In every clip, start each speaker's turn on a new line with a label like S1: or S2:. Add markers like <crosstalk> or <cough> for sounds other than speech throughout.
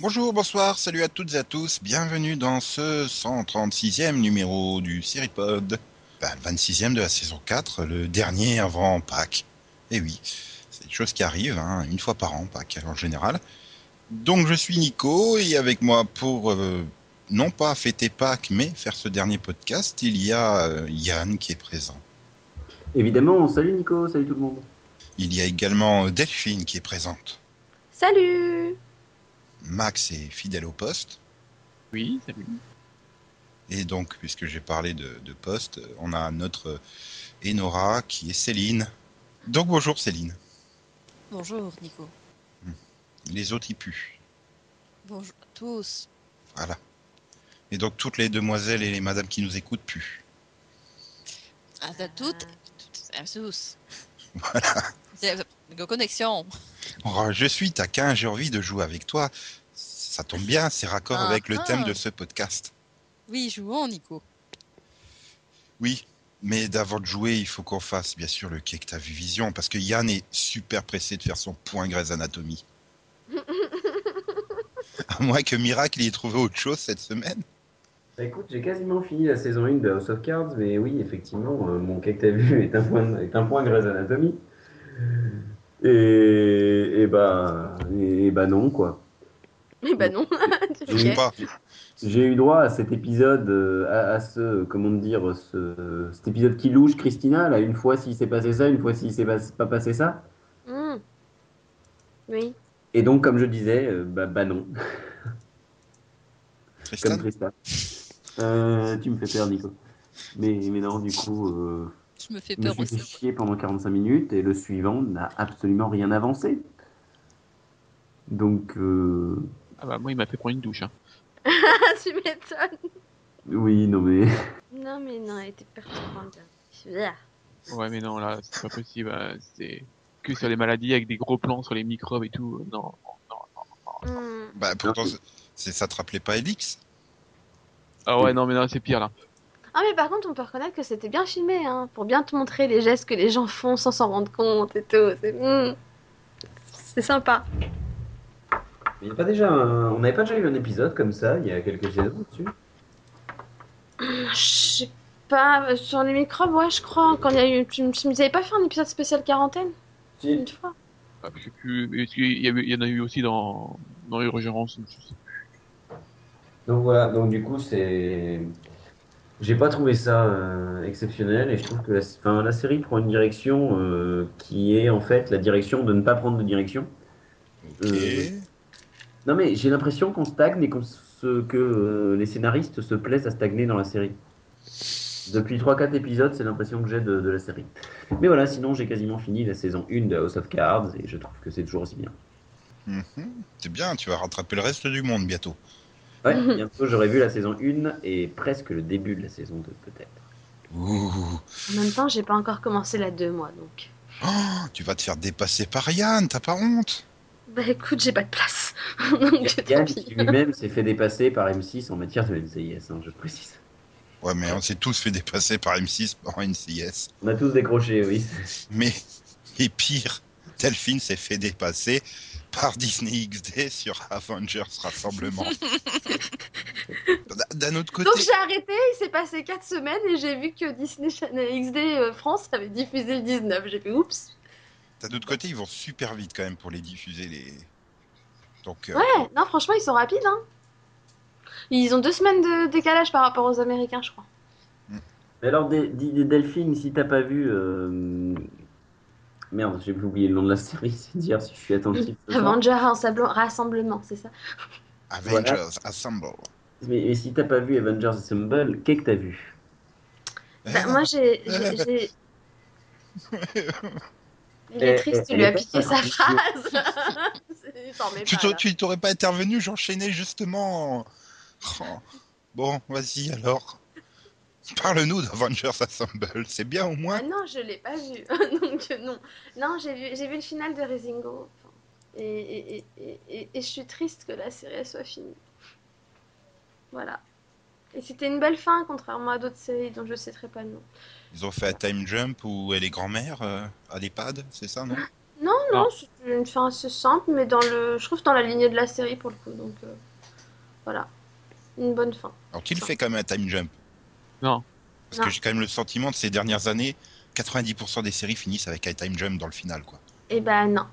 S1: Bonjour, bonsoir, salut à toutes et à tous, bienvenue dans ce 136e numéro du Seripod. Ben, le 26e de la saison 4, le dernier avant Pâques. Et oui, c'est une chose qui arrive, hein, une fois par an, Pâques en général. Donc je suis Nico, et avec moi pour euh, non pas fêter Pâques, mais faire ce dernier podcast, il y a euh, Yann qui est présent.
S2: Évidemment, salut Nico, salut tout le monde.
S1: Il y a également euh, Delphine qui est présente.
S3: Salut
S1: Max est fidèle au poste.
S4: Oui, salut.
S1: Et donc, puisque j'ai parlé de, de poste, on a notre euh, Enora qui est Céline. Donc bonjour Céline.
S5: Bonjour Nico.
S1: Les autres y puent.
S5: Bonjour à tous.
S1: Voilà. Et donc toutes les demoiselles et les madames qui nous écoutent puent.
S5: À toutes, toutes- à tous.
S1: Voilà.
S5: <laughs> C'est- Go connexion.
S1: Oh, je suis taquin, j'ai envie de jouer avec toi. Ça tombe bien, c'est raccord
S5: Ah,
S1: avec le
S5: ah.
S1: thème de ce podcast.
S5: Oui, jouons Nico.
S1: Oui, mais d'avant de jouer, il faut qu'on fasse bien sûr le cake ta vision, parce que Yann est super pressé de faire son point Grey's
S5: <laughs>
S1: Anatomy. à moins que Miracle y ait trouvé autre chose cette semaine.
S2: Bah écoute, j'ai quasiment fini la saison 1 de House of Cards, mais oui, effectivement, euh, mon quai que t'as vu est un point, est un point Grey's Anatomy. Et, et bah, et, bah non, quoi.
S3: Mais bah non. <laughs>
S1: Je sais
S3: Ok.
S1: pas.
S2: J'ai eu droit à cet épisode, euh, à, à ce, comment dire, ce, cet épisode qui louche Christina, là, une fois s'il s'est passé ça, une fois s'il s'est pas, pas passé ça.
S3: Hmm. Oui.
S2: Et donc, comme je disais, euh, bah, bah non,
S1: Tristan
S2: comme Christa. Euh, tu me fais peur, Nico. Mais, mais non, du coup... euh,
S5: Tu me fais
S2: Je me
S5: peur
S2: suis fait
S3: <laughs>
S5: aussi.
S2: chier pendant 45 minutes et le suivant n'a absolument rien avancé. Donc, euh,
S4: Ah bah moi il m'a fait prendre une douche. Hein.
S3: Ah, tu m'étonnes.
S2: oui, non mais.
S3: Non, mais non, elle était perturbante. Bien.
S4: Ouais mais non là c'est pas possible. euh, c'est que sur les maladies avec des gros plans sur les microbes et tout. euh, Non.
S3: Hmm.
S1: Bah, pourtant, c'est, ça te rappelait pas Elix
S4: Ah ouais non mais non c'est pire là.
S3: Ah, mais par contre, on peut reconnaître que c'était bien filmé, hein, pour bien te montrer les gestes que les gens font sans s'en rendre compte et tout. C'est hmm. C'est sympa.
S2: Il y a pas déjà un- On n'avait pas déjà eu un épisode comme ça il y a quelques saisons dessus
S3: Ah, Je sais pas, euh, sur les microbes, ouais, je crois. Quand il y a eu. Tu, tu nous avais pas fait un épisode spécial quarantaine
S2: Si.
S3: Une fois
S4: Ah, je sais plus. mais est-ce qu'il y, avait- il y en a eu aussi dans dans Urgence ou je sais plus.
S2: Donc voilà, donc du coup, c'est. J'ai pas trouvé ça euh, exceptionnel et je trouve que la, enfin, la série prend une direction euh, qui est en fait la direction de ne pas prendre de direction.
S1: Ok.
S2: Euh, Non mais j'ai l'impression qu'on stagne et qu'on se- que euh, les scénaristes se plaisent à stagner dans la série. Depuis 3-4 épisodes, c'est l'impression que j'ai de, de la série. Mais voilà, sinon j'ai quasiment fini la saison 1 de House of Cards et je trouve que c'est toujours aussi bien.
S1: Mhm. C'est bien, tu vas rattraper le reste du monde bientôt.
S2: Ouais,
S3: <laughs> Mhm.
S2: bientôt j'aurai vu la saison 1 et presque le début de la saison 2
S3: <laughs>
S2: peut-être.
S1: Ouh.
S3: En même temps, j'ai pas encore commencé la 2, moi, donc.
S1: Oh, tu vas te faire dépasser par Yann, t'as pas honte
S3: Bah écoute, j'ai pas de place. <laughs> donc, tant
S2: Yann
S3: pis.
S2: qui lui-même s'est fait dépasser par M6 en matière de NCIS, hein, je précise.
S1: Ouais, mais on s'est tous fait dépasser par M6 en NCS.
S2: On a tous décroché, oui.
S1: Mais, et pire, Delphine s'est fait dépasser par Disney XD sur Avengers
S3: <laughs>
S1: Rassemblement. D'un- D'un autre côté,
S3: Donc j'ai arrêté, il s'est passé 4 semaines et j'ai vu que Disney Channel XD euh, France avait diffusé le 19. J'ai fait oups.
S1: d'un autre côté, ils vont super vite quand même pour les diffuser les. Donc, euh,
S3: Ouais, non franchement ils sont rapides. Hein. Ils ont 2 semaines de décalage par rapport aux Américains je crois.
S2: Mais alors, des, des- Delphine, si t'as pas vu. euh, Merde, j'ai oublié le nom de la <laughs> série, c'est dire si je suis attentif. ce soir.
S3: Avenger Rassemblement, rassemblement c'est ça
S1: Avengers
S2: voilà.
S1: Assemble.
S2: Mais, mais si t'as pas vu Avengers Assemble, qu'est-ce que t'as vu
S3: Bah, Moi j'ai... j'ai- j'ai- Il est
S2: Eh,
S3: triste,
S2: eh,
S3: tu lui as
S2: elle est
S3: piqué
S2: pas
S3: sa
S2: sortie.
S3: phrase. <laughs> C'est- t'en mets
S1: tu
S3: pas,
S1: t'aurais-
S3: là.
S1: tu t'aurais pas intervenu, j'enchaînais justement. Oh. Bon, vas-y alors. Parle-nous d'Avengers Assemble, c'est bien au moins.
S3: Ah non, je l'ai pas vu. <laughs> Donc euh, non. Non, j'ai vu, j'ai vu le final de Resingo. Enfin, Et, et, et- et, et, et je suis triste que la série elle soit finie. Voilà. Et c'était une belle fin, contrairement à d'autres séries dont je ne citerai pas le nom.
S1: Ils ont fait un time jump où elle est grand-mère euh, à l'EHPAD, c'est ça, non
S3: Non, non,
S4: Non.
S3: c'est une fin assez simple, mais dans le, je trouve dans la lignée de la série pour le coup. Donc euh, voilà, une bonne fin.
S1: Alors qu'il fait quand même un time jump.
S4: Non.
S1: Parce
S3: Non.
S1: que j'ai quand même le sentiment de ces dernières années, 90% des séries finissent avec un time jump dans le final, quoi.
S3: Et ben non,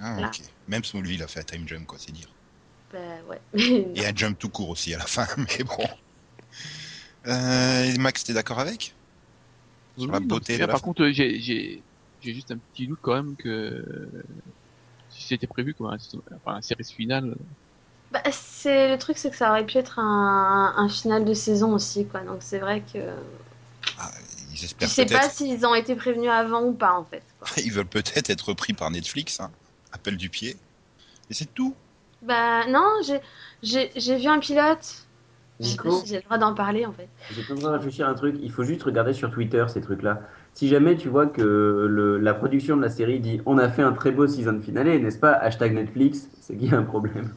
S1: Ah,
S3: Là.
S1: ok. Même Smallville a fait un time jump, quoi, c'est dire.
S3: ben ouais. <laughs> Mais non.
S1: Et un jump tout court aussi à la fin, <laughs> mais bon. Euh, et Max, t'es d'accord avec Sur la
S4: Oui, non,
S1: beauté
S4: c'est
S1: de
S4: bien.
S1: la
S4: Par
S1: fin.
S4: contre, euh, j'ai, j'ai, j'ai juste un petit doute quand même que euh, si c'était prévu comme un, enfin, un série finale,
S3: Bah, c'est le truc, c'est que ça aurait pu être un, un final de saison aussi, quoi. Donc c'est vrai que
S1: ah, Ils
S3: je
S1: espèrent
S3: sais pas
S1: peut-être.
S3: s'ils ont été prévenus avant ou pas en fait. quoi.
S1: <laughs> Ils veulent peut-être être repris par Netflix, hein. Appel du pied. Et c'est tout.
S3: Bah non, j'ai- j'ai j'ai vu un pilote. Je sais pas
S2: Nico
S3: si J'ai le droit d'en parler en fait.
S2: J'ai pas besoin de réfléchir à un truc, il faut juste regarder sur Twitter ces trucs-là. Si jamais tu vois que le- la production de la série dit on a fait un très beau season finale, n'est-ce pas Hashtag Netflix, c'est qu'il y a un problème.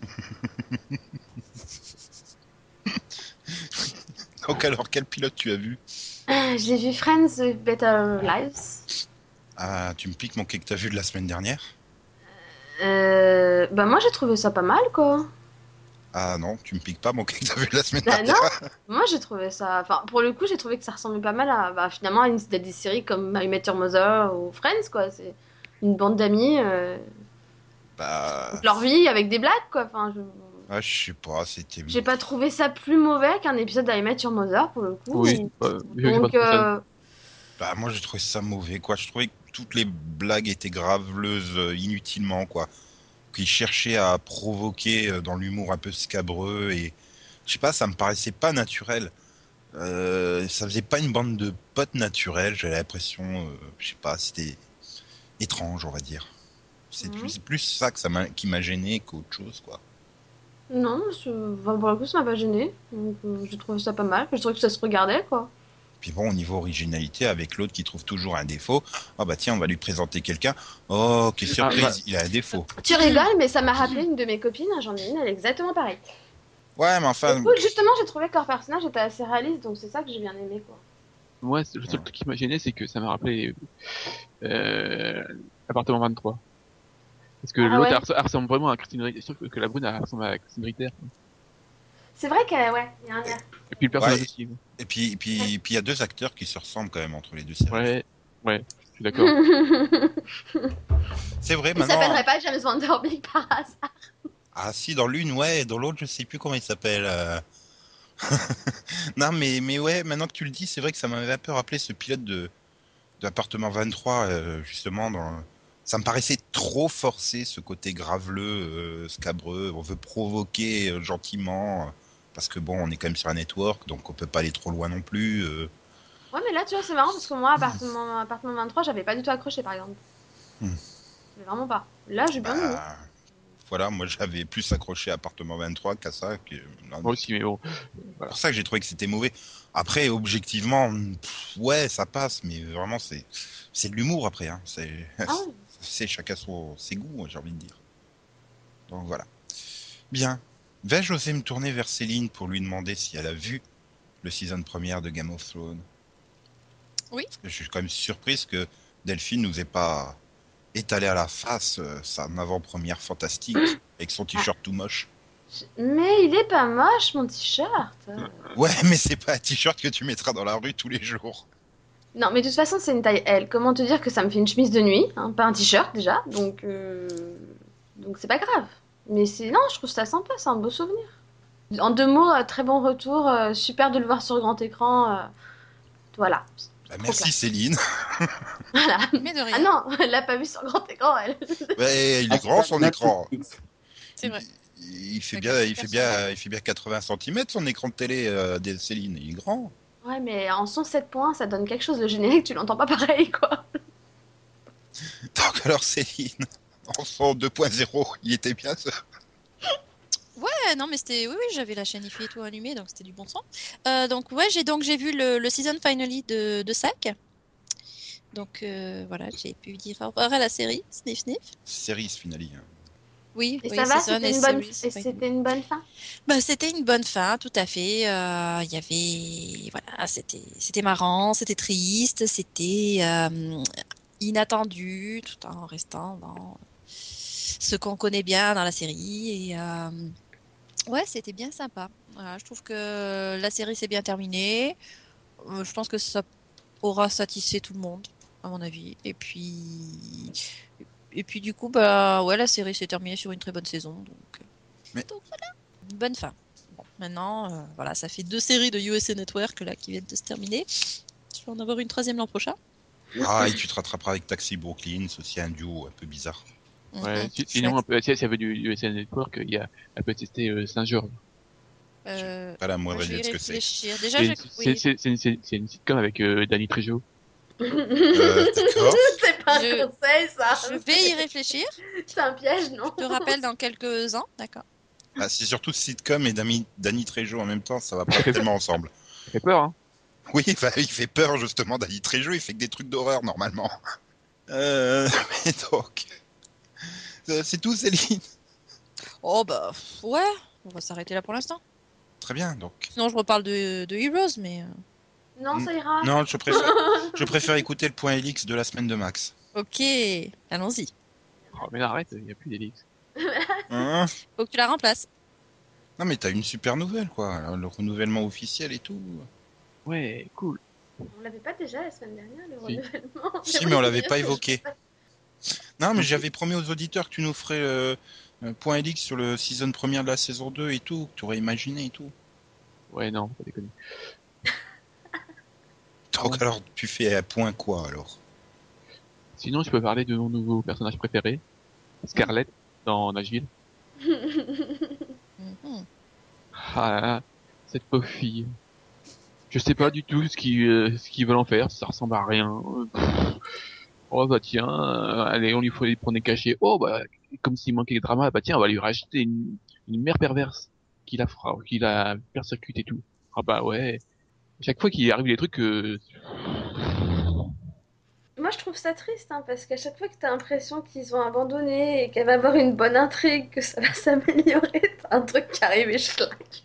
S1: Donc alors, quel pilote tu as vu
S3: Ah, J'ai vu Friends with Better Lives.
S1: Ah, tu me piques mon quai que t'as vu de la semaine dernière
S3: Euh, bah moi j'ai trouvé ça pas mal quoi. Euh,
S1: Ah non, tu me piques pas mon quai que t'as vu de la semaine
S4: Ah,
S3: Bah
S1: dernière.
S4: <laughs>
S3: Moi j'ai trouvé ça. Enfin pour le coup j'ai trouvé que ça ressemblait pas mal à bah, finalement à une à des séries comme My Met Your Mother ou Friends quoi. C'est une bande d'amis. euh,
S1: Bah,
S3: toute leur vie avec des blagues quoi. Enfin, je...
S1: ah, je sais pas, c'était.
S3: j'ai pas trouvé ça plus mauvais qu'un épisode d'Aimé sur Mother pour le coup.
S4: Oui,
S3: Et-
S4: bah, je- je pense
S3: Donc
S4: que ça-
S3: euh,
S1: Bah, moi, j'ai trouvé ça mauvais, quoi. Je trouvais que toutes les blagues étaient graveleuses euh, inutilement, quoi. Qu'ils cherchaient à provoquer euh, dans l'humour un peu scabreux et. Je sais pas, ça me paraissait pas naturel. Euh, ça faisait pas une bande de potes naturels, j'avais l'impression. euh, je sais pas, c'était étrange, on va dire. C'est
S3: Mhm.
S1: plus, c'est plus ça que ça m'a- qui m'a gêné qu'autre chose, quoi.
S3: non, je- enfin, pour le coup ça m'a pas gêné. Donc, euh, j'ai trouvé ça pas mal. Je trouvais que ça se regardait quoi.
S1: Puis bon, au niveau originalité, avec l'autre qui trouve toujours un défaut, ah bah tiens, on va lui présenter quelqu'un. Oh, quelle
S4: Ah,
S1: surprise,
S4: bah.
S1: il a un défaut.
S3: Tu rigoles, mais ça <laughs> m'a rappelé une de mes copines. hein, J'en ai une, elle est exactement pareille.
S1: Ouais, mais enfin,
S3: Du coup, justement, j'ai trouvé que leur personnage était assez réaliste, donc c'est ça que j'ai bien aimé quoi.
S4: moi, c'est- le seul truc qui m'a gêné, c'est que ça m'a rappelé euh, appartement 23. Parce que
S3: Ah
S4: l'autre
S3: ouais.
S4: elle res- elle ressemble vraiment à Christine Ritter. Je trouve que la brune elle ressemble à Christine Ritter.
S3: C'est vrai qu'elle, ouais, il y a un <laughs> air.
S4: Et puis le personnage
S1: Ouais.
S4: aussi.
S1: et puis et puis et puis il y a deux acteurs qui se ressemblent quand même entre les deux séries.
S4: Ouais, ouais, je
S3: <laughs>
S4: suis d'accord.
S3: Il
S1: C'est vrai,
S3: s'appellerait
S1: maintenant.
S3: pas James Van Der Beek par hasard.
S1: Ah si, dans l'une, ouais, et dans l'autre, je sais plus comment il s'appelle. euh. <laughs> non, mais mais ouais, maintenant que tu le dis, c'est vrai que ça m'avait un peu rappelé ce pilote de d'appartement 23, euh, justement. Dans... Ça me paraissait trop forcé, ce côté graveleux, euh, scabreux. On veut provoquer euh, gentiment, euh, parce que bon, on est quand même sur un network, donc on peut pas aller trop loin non plus. euh.
S3: Ouais, mais là, tu vois, c'est marrant parce que moi, appartement, appartement 23, j'avais pas du tout accroché, par exemple.
S1: Hmm.
S3: Mais vraiment pas. Là, j'ai bien aimé.
S1: Bah, voilà, moi j'avais plus accroché à appartement 23 qu'à ça. Que... Non,
S4: Moi aussi, mais bon.
S1: C'est pour ça que j'ai trouvé que c'était mauvais. Après, objectivement, pff, ouais, ça passe, mais vraiment, c'est c'est de l'humour après. Hein. C'est
S3: Ah ouais.
S1: c'est chacun son, ses goûts, j'ai envie de dire. Donc voilà. Bien. Vais-je oser me tourner vers Céline pour lui demander si elle a vu le season première de Game of Thrones
S5: Oui.
S1: Parce que Je suis quand même surprise que Delphine nous ait pas étalé à la face euh, sa avant-première fantastique avec son t-shirt tout moche.
S3: Ah, Mais il est pas moche, mon t-shirt.
S1: Ouais, mais c'est pas un t-shirt que tu mettras dans la rue tous les jours.
S3: Non, mais de toute façon, c'est une taille L. Comment te dire que ça me fait une chemise de nuit, hein, pas un t-shirt déjà, donc euh, donc c'est pas grave. Mais c'est non, je trouve ça sympa, c'est un beau souvenir. En deux mots, euh, très bon retour, euh, super de le voir sur grand écran. euh, Voilà.
S1: Bah, merci Céline.
S3: Voilà.
S5: Mais de rien,
S3: Ah non, <laughs> elle l'a pas vu sur grand écran, elle.
S1: Ouais,
S2: Ah,
S1: il est grand son écran.
S2: Netflix.
S5: c'est vrai.
S1: Il il fait
S5: Avec
S1: bien,
S5: la
S1: il fait bien,
S5: personne.
S1: il fait bien 80 cm son écran de télé euh, des Céline. Il est grand.
S3: Ouais, mais en son 7.1, ça donne quelque chose. Le générique, tu l'entends pas pareil, quoi.
S1: Donc alors Céline, <laughs> en son 2.0, il était bien. Ça.
S5: Ouais, non, mais c'était. Oui, oui, j'avais la chaîne IFI et tout allumée, donc c'était du bon sang. Euh, donc, ouais, j'ai donc j'ai vu le, le season finally de, de Sac. Donc, euh, voilà, j'ai pu dire au revoir à la série. Sniff, sniff.
S1: Series finale. hein.
S5: Oui,
S3: Et
S5: oui,
S3: ça va,
S5: season
S3: c'était
S5: et
S3: une, bonne...
S5: series
S3: et
S5: finally.
S3: c'était une bonne fin.
S5: Bah, c'était une bonne fin, tout à fait. Euh, Il y avait, voilà, c'était, c'était marrant, c'était triste, c'était euh, inattendu, tout en restant dans ce qu'on connaît bien dans la série. Et euh, ouais, c'était bien sympa. Voilà, je trouve que la série s'est bien terminée. Euh, Je pense que ça aura satisfait tout le monde, à mon avis. Et puis, et puis du coup, bah ouais, la série s'est terminée sur une très bonne saison. Donc, euh,
S1: Mais-
S5: donc voilà, une bonne fin. Bon, maintenant, euh, voilà, ça fait deux séries de USA Network là qui viennent de se terminer. Je vais en avoir une troisième l'an prochain.
S1: Ah, et tu te rattraperas avec Taxi Brooklyn, c'est aussi un duo un peu bizarre.
S4: Ouais,
S5: Mhm.
S4: si- sinon, on peut- si elle veut du USN Network, il y a, elle peut tester euh, Saint-Georges.
S5: Euh,
S1: Pas la
S5: moi,
S1: moindre
S5: je vais
S1: idée de
S5: y
S1: ce que c'est.
S5: réfléchir. Déjà,
S4: C'est
S5: je...
S4: une- c'est-
S5: oui,
S4: c'est- c'est une c'est- c'est une sitcom avec euh, Danny Trejo.
S1: Euh, D'accord.
S3: <laughs> C'est pas
S5: Je-
S3: un conseil, ça.
S5: je vais y réfléchir.
S3: C'est un piège, non
S5: Je te rappelle dans quelques ans, d'accord.
S1: Ah, c'est surtout sitcom et Dami- Danny Trejo en même temps, ça va pas tellement ensemble.
S4: Ça fait peur, hein.
S1: Oui, bah, il fait peur justement, Danny Trejo, il fait que des trucs d'horreur normalement. Euh, <laughs> mais donc. euh, C'est tout, Céline.
S5: Oh bah pff, ouais, on va s'arrêter là pour l'instant.
S1: Très bien, donc.
S5: Sinon, je reparle de, de Heroes, mais euh,
S3: Non, ça ira.
S1: Non, je préfère, je préfère écouter le point Elix de la semaine de Max.
S5: ok, allons-y.
S4: Oh, mais arrête, il n'y a plus d'élix.
S1: Hein
S5: Faut que tu la remplaces.
S1: non, mais t'as une super nouvelle, quoi. Le renouvellement officiel et tout.
S4: Ouais, cool.
S3: On l'avait pas déjà la semaine dernière, le
S4: Si.
S3: renouvellement.
S1: Si, mais on l'avait pas
S3: Je-
S1: évoqué. Non, mais j'avais promis aux auditeurs que tu nous ferais euh, un point Elix sur le season première de la saison 2 et tout, que tu aurais imaginé et tout.
S4: Ouais, non, pas déconner.
S1: Donc, alors, tu fais un point quoi alors
S4: Sinon, je peux parler de mon nouveau personnage préféré, Scarlett, dans Nashville.
S5: Mhm.
S4: Ah là là, cette pauvre fille. Je sais pas du tout ce qu'ils euh, ce qu'ils veulent en faire, ça ressemble à rien. Euh, pff. Oh bah tiens, euh, allez, on lui faut les prendre des cachets. Oh bah, comme s'il manquait de drama, bah tiens, on va lui racheter une, une mère perverse qui la fera, qui la persécute et tout. Ah bah ouais. Chaque fois qu'il arrive des trucs, euh,
S3: Moi, je trouve ça triste, hein, parce qu'à chaque fois que t'as l'impression qu'ils ont abandonné et qu'elle va avoir une bonne intrigue, que ça va s'améliorer, t'as un truc qui arrive et je claque.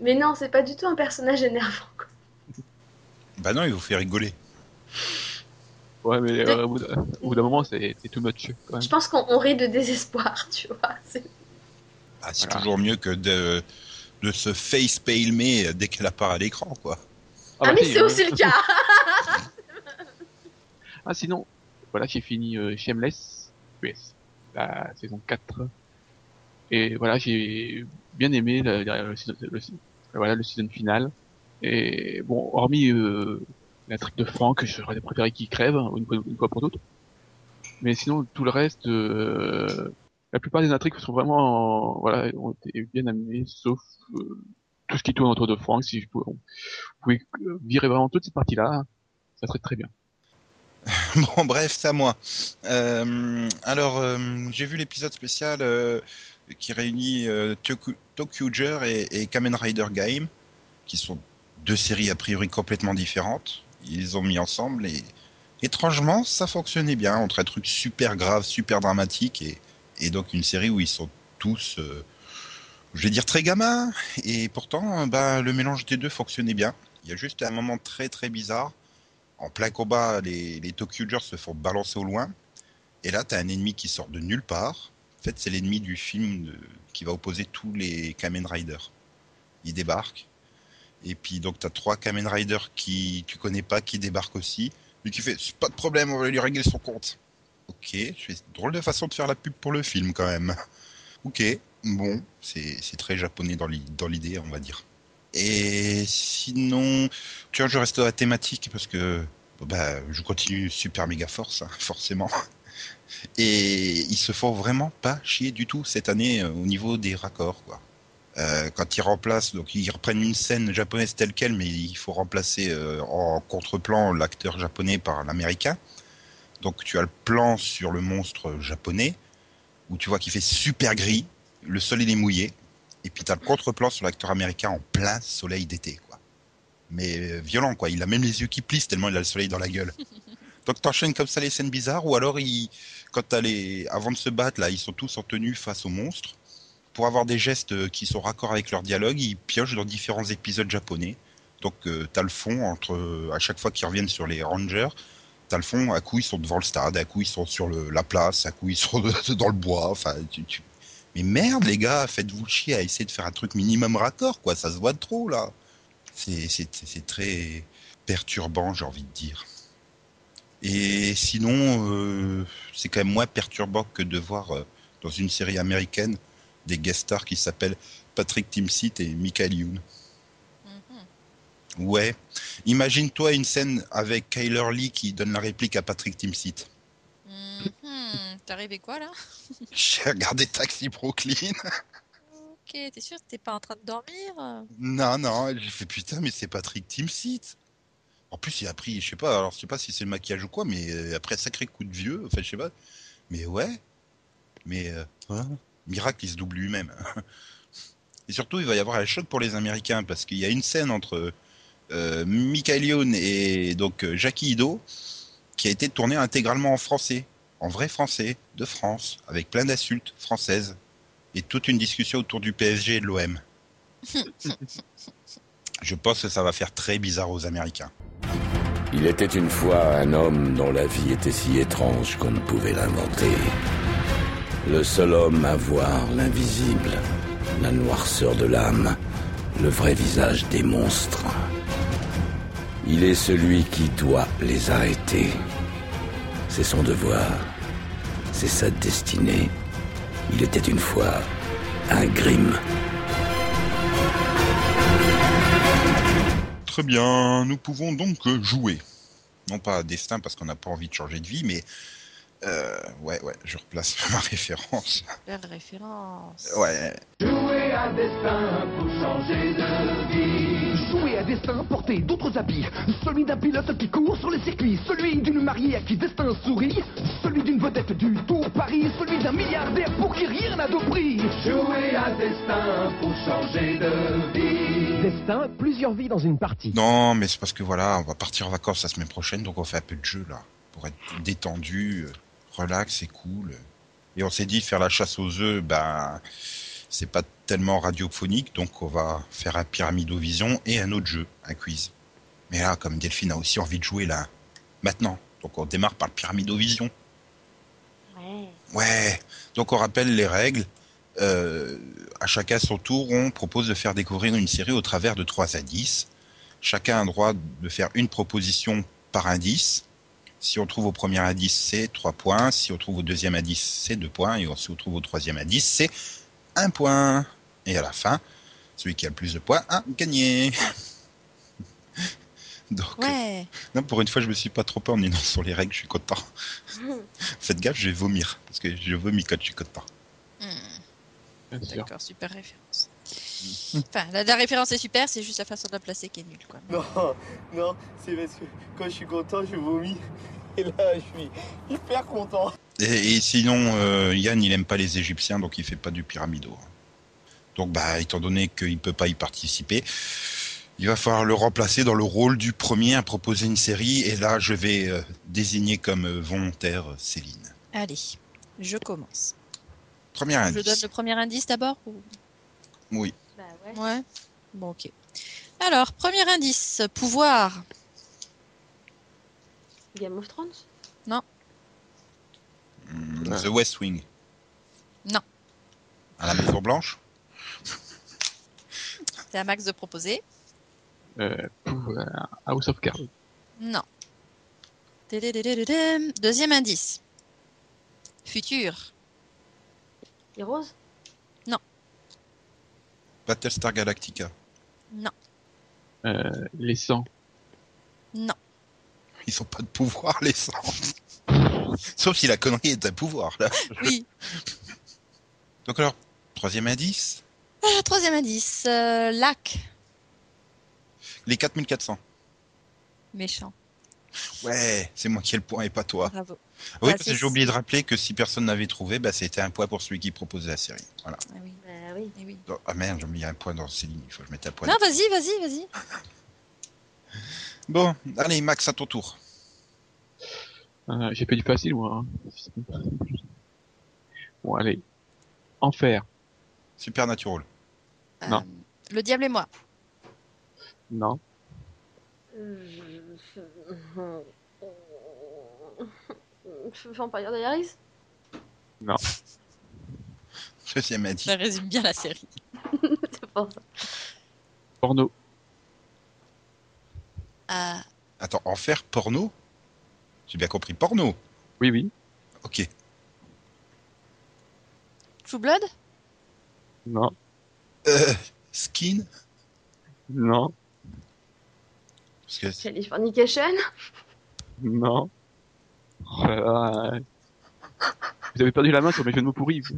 S3: Mais non, c'est pas du tout un personnage énervant. quoi.
S1: Bah non, il vous fait rigoler.
S4: ouais mais euh, au bout d'un au bout d'un moment, c'est c'est too much quand
S3: Je
S4: même.
S3: pense qu'on on rit de désespoir, tu vois. C'est-
S1: Ah, c'est
S4: Voilà.
S1: toujours mieux que de, de se face palmer dès qu'elle apparaît à l'écran, quoi.
S3: Ah,
S4: bah,
S3: mais
S4: si,
S3: c'est
S4: euh,
S3: aussi le cas
S4: Ah sinon, voilà, j'ai fini euh, Shameless US, la saison 4. Et voilà, j'ai bien aimé le, le- le season- le- voilà, le season final. Et bon, hormis euh, la trick de Franck, j'aurais préféré qu'il crève hein, une fois, une fois pour toutes. Mais sinon, tout le reste, euh, la plupart des intrigues sont vraiment, voilà, ont été bien amenées, sauf euh, tout ce qui tourne autour de Franck. Si je pouvais, on pouvait euh, virer vraiment toute cette partie-là, ça serait très bien.
S1: <laughs> Bon, bref, c'est à moi. Euh, alors, euh, j'ai vu l'épisode spécial euh, qui réunit euh, Toku- Tokuger et, et Kamen Rider Game, qui sont deux séries a priori complètement différentes. Ils les ont mis ensemble et étrangement, ça fonctionnait bien entre un truc super grave, super dramatique et, et donc une série où ils sont tous, euh, je vais dire, très gamins. Et pourtant, euh, bah, le mélange des deux fonctionnait bien. Il y a juste un moment très très bizarre en plein combat, les, les Tokugers se font balancer au loin. Et là, t'as un ennemi qui sort de nulle part. En fait, c'est l'ennemi du film de- qui va opposer tous les Kamen Rider. Il débarque. Et puis, donc, t'as trois Kamen Rider qui tu connais pas, qui débarquent aussi. Et qui fait C'est pas de problème, on va lui régler son compte. Ok, c'est une drôle de façon de faire la pub pour le film quand même. <laughs> Ok, bon, c'est c'est très japonais dans l'i- dans l'idée, on va dire. Et sinon, Tiens, je reste à la thématique parce que bon, bah, je continue Super Mega Force, hein, <laughs> forcément. Et ils se font vraiment pas chier du tout cette année euh, au niveau des raccords. Quoi. Euh, quand ils remplacent, donc ils reprennent une scène japonaise telle quelle, mais il faut remplacer euh, en contre-plan l'acteur japonais par l'américain. Donc tu as le plan sur le monstre japonais, où tu vois qu'il fait super gris, le sol il est mouillé, et puis tu as le contre-plan sur l'acteur américain en plein soleil d'été. quoi mais euh, violent quoi. Il a même les yeux qui plissent tellement il a le soleil dans la gueule. Donc t'enchaînes comme ça les scènes bizarres ou alors il, quand t'as les, avant de se battre là, ils sont tous en tenue face au monstre. Pour avoir des gestes euh, qui sont raccords avec leur dialogue, ils piochent dans différents épisodes japonais. Donc, euh, t'as le fond entre. euh, À chaque fois qu'ils reviennent sur les Rangers, t'as le fond. À coup, ils sont devant le stade, à coup, ils sont sur le- la place, à coup, ils sont <laughs> dans le bois. Enfin, tu- tu- Mais merde, les gars, faites-vous chier à essayer de faire un truc minimum raccord, quoi. Ça se voit de trop, là. C'est- C'est c'est très perturbant, j'ai envie de dire. Et sinon, euh, c'est quand même moins perturbant que de voir euh, dans une série américaine des guest stars qui s'appellent Patrick Timsit et Michael Youn.
S5: Mhm.
S1: Ouais. Imagine-toi une scène avec Kyler Lee qui donne la réplique à Patrick Timsit. <laughs>
S5: Mhm. T'arrivais quoi là
S1: J'ai regardé Taxi Brooklyn.
S5: Ok, t'es sûr que t'es pas en train de dormir
S1: Non, non, j'ai fait putain, mais c'est Patrick Timsit. En plus, il a pris, je sais pas, alors je sais pas si c'est le maquillage ou quoi, mais euh, après, sacré coup de vieux, enfin, je sais pas. Mais ouais, mais euh, hein, miracle, il se double lui-même. hein. Et surtout, il va y avoir un choc pour les Américains, parce qu'il y a une scène entre euh, Michael Youn et donc euh, Jackie Ido qui a été tournée intégralement en français, en vrai français, de France, avec plein d'insultes françaises, et toute une discussion autour du PSG et de l'OM. Je pense que ça va faire très bizarre aux Américains.
S6: Il était une fois un homme dont la vie était si étrange qu'on ne pouvait l'inventer. Le seul homme à voir l'invisible, la noirceur de l'âme, le vrai visage des monstres. Il est celui qui doit les arrêter. C'est son devoir, c'est sa destinée. Il était une fois un Grimm.
S1: Très bien, nous pouvons donc euh, jouer. Non pas à destin parce qu'on n'a pas envie de changer de vie, mais euh, ouais, ouais, je replace <laughs> ma référence.
S5: La référence.
S1: Ouais,
S7: Jouer à destin pour changer de vie.
S8: Jouer à destin, porter d'autres habits. Celui d'un pilote qui court sur les circuits. Celui d'une mariée à qui destin sourit. Celui d'une vedette du Tour Paris. Celui d'un milliardaire pour qui rien n'a de prix.
S7: Jouer à destin pour changer de vie.
S8: Destin, plusieurs vies dans une partie.
S1: non, mais c'est parce que voilà, on va partir en vacances la semaine prochaine, donc on fait un peu de jeu là, pour être détendu, euh, relax, c'est cool. Et on s'est dit faire la chasse aux œufs, ben c'est pas tellement radiophonique, donc on va faire un pyramidovision et un autre jeu, un quiz. Mais là, comme Delphine a aussi envie de jouer là, maintenant, donc on démarre par le pyramidovision.
S3: Ouais.
S1: Ouais, donc on rappelle les règles. Euh, à chacun son tour, on propose de faire découvrir une série au travers de trois indices. Chacun a droit de faire une proposition par indice. Si on trouve au premier indice, c'est trois points. Si on trouve au deuxième indice, c'est deux points. Et si on trouve au troisième indice, c'est un point. Et à la fin, celui qui a le plus de points a gagné. <laughs> Donc, euh,
S5: Ouais.
S1: non, pour une fois, je me suis pas trompé en <laughs> énonçant les règles, je suis content. Faites gaffe, je vais vomir, parce que je vomis quand je suis content.
S5: Hmm,
S4: Bien sûr.
S5: D'accord, super référence. Enfin, la, la référence est super, c'est juste la façon de la placer qui est nulle, quoi.
S9: Non, non, c'est parce que quand je suis content, je vomis. Et là, je suis hyper content.
S1: Et, et sinon, euh, Yann, il aime pas les Égyptiens, donc il fait pas du pyramido. Donc, bah, étant donné qu'il peut pas y participer, il va falloir le remplacer dans le rôle du premier à proposer une série. Et là, je vais euh, désigner comme euh, volontaire euh, Céline.
S5: Allez, je commence.
S1: Premier
S5: Je donne
S1: indice.
S5: le premier indice d'abord ou-
S1: Oui.
S3: Bah ouais.
S5: Ouais. Bon, ok. Alors, premier indice, pouvoir.
S3: Game of Thrones
S1: Mm,
S4: Ouais.
S1: The West Wing.
S5: Non.
S1: À la Maison Blanche.
S5: C'est à Max de proposer.
S4: Euh, pour, euh, House of Cards.
S5: Non. Télédédédédém. Deuxième indice. Futur.
S3: Heroes
S1: Battlestar Galactica. <laughs>
S4: Euh, les 100.
S5: Non.
S1: Ils ont pas de pouvoir, les sangs. <laughs> Sauf si la connerie est un pouvoir, là.
S5: Oui.
S1: Donc alors, troisième indice.
S5: Alors, troisième indice. euh, lac.
S1: Les 4400.
S5: Méchant.
S1: Ouais, c'est moi qui ai le point et pas toi.
S5: Bravo.
S1: Ah oui,
S5: Bah,
S1: parce
S5: c'est-
S1: que j'ai oublié de rappeler que si personne n'avait trouvé, bah, c'était un point pour celui qui proposait la série. Voilà.
S5: Ah oui.
S3: Bah oui.
S5: eh oui.
S1: Donc- ah merde, j'ai mis un point dans Céline, il faut que je mette un point.
S5: Non, vas-y, vas-y, vas-y.
S1: Bon, allez Max, à ton tour.
S4: Euh, J'ai fait du facile, moi. hein. Bon, allez. Enfer.
S1: Supernatural.
S4: Non.
S5: Euh, le diable et moi.
S4: Non.
S3: Vampire Diaries
S1: <laughs> Deuxième indice.
S5: Ça résume bien la série.
S3: C'est pour ça.
S4: Porno.
S5: Ah,
S1: Attends, enfer porno J'ai bien compris, porno.
S4: Oui, oui.
S1: Ok.
S5: True Blood
S4: Non.
S1: Euh, skin
S4: Non.
S1: Parce que c'est- <laughs>
S3: Californication
S4: Non. Oh là là. Vous avez perdu la main sur mes jeux de mots pourris. vous.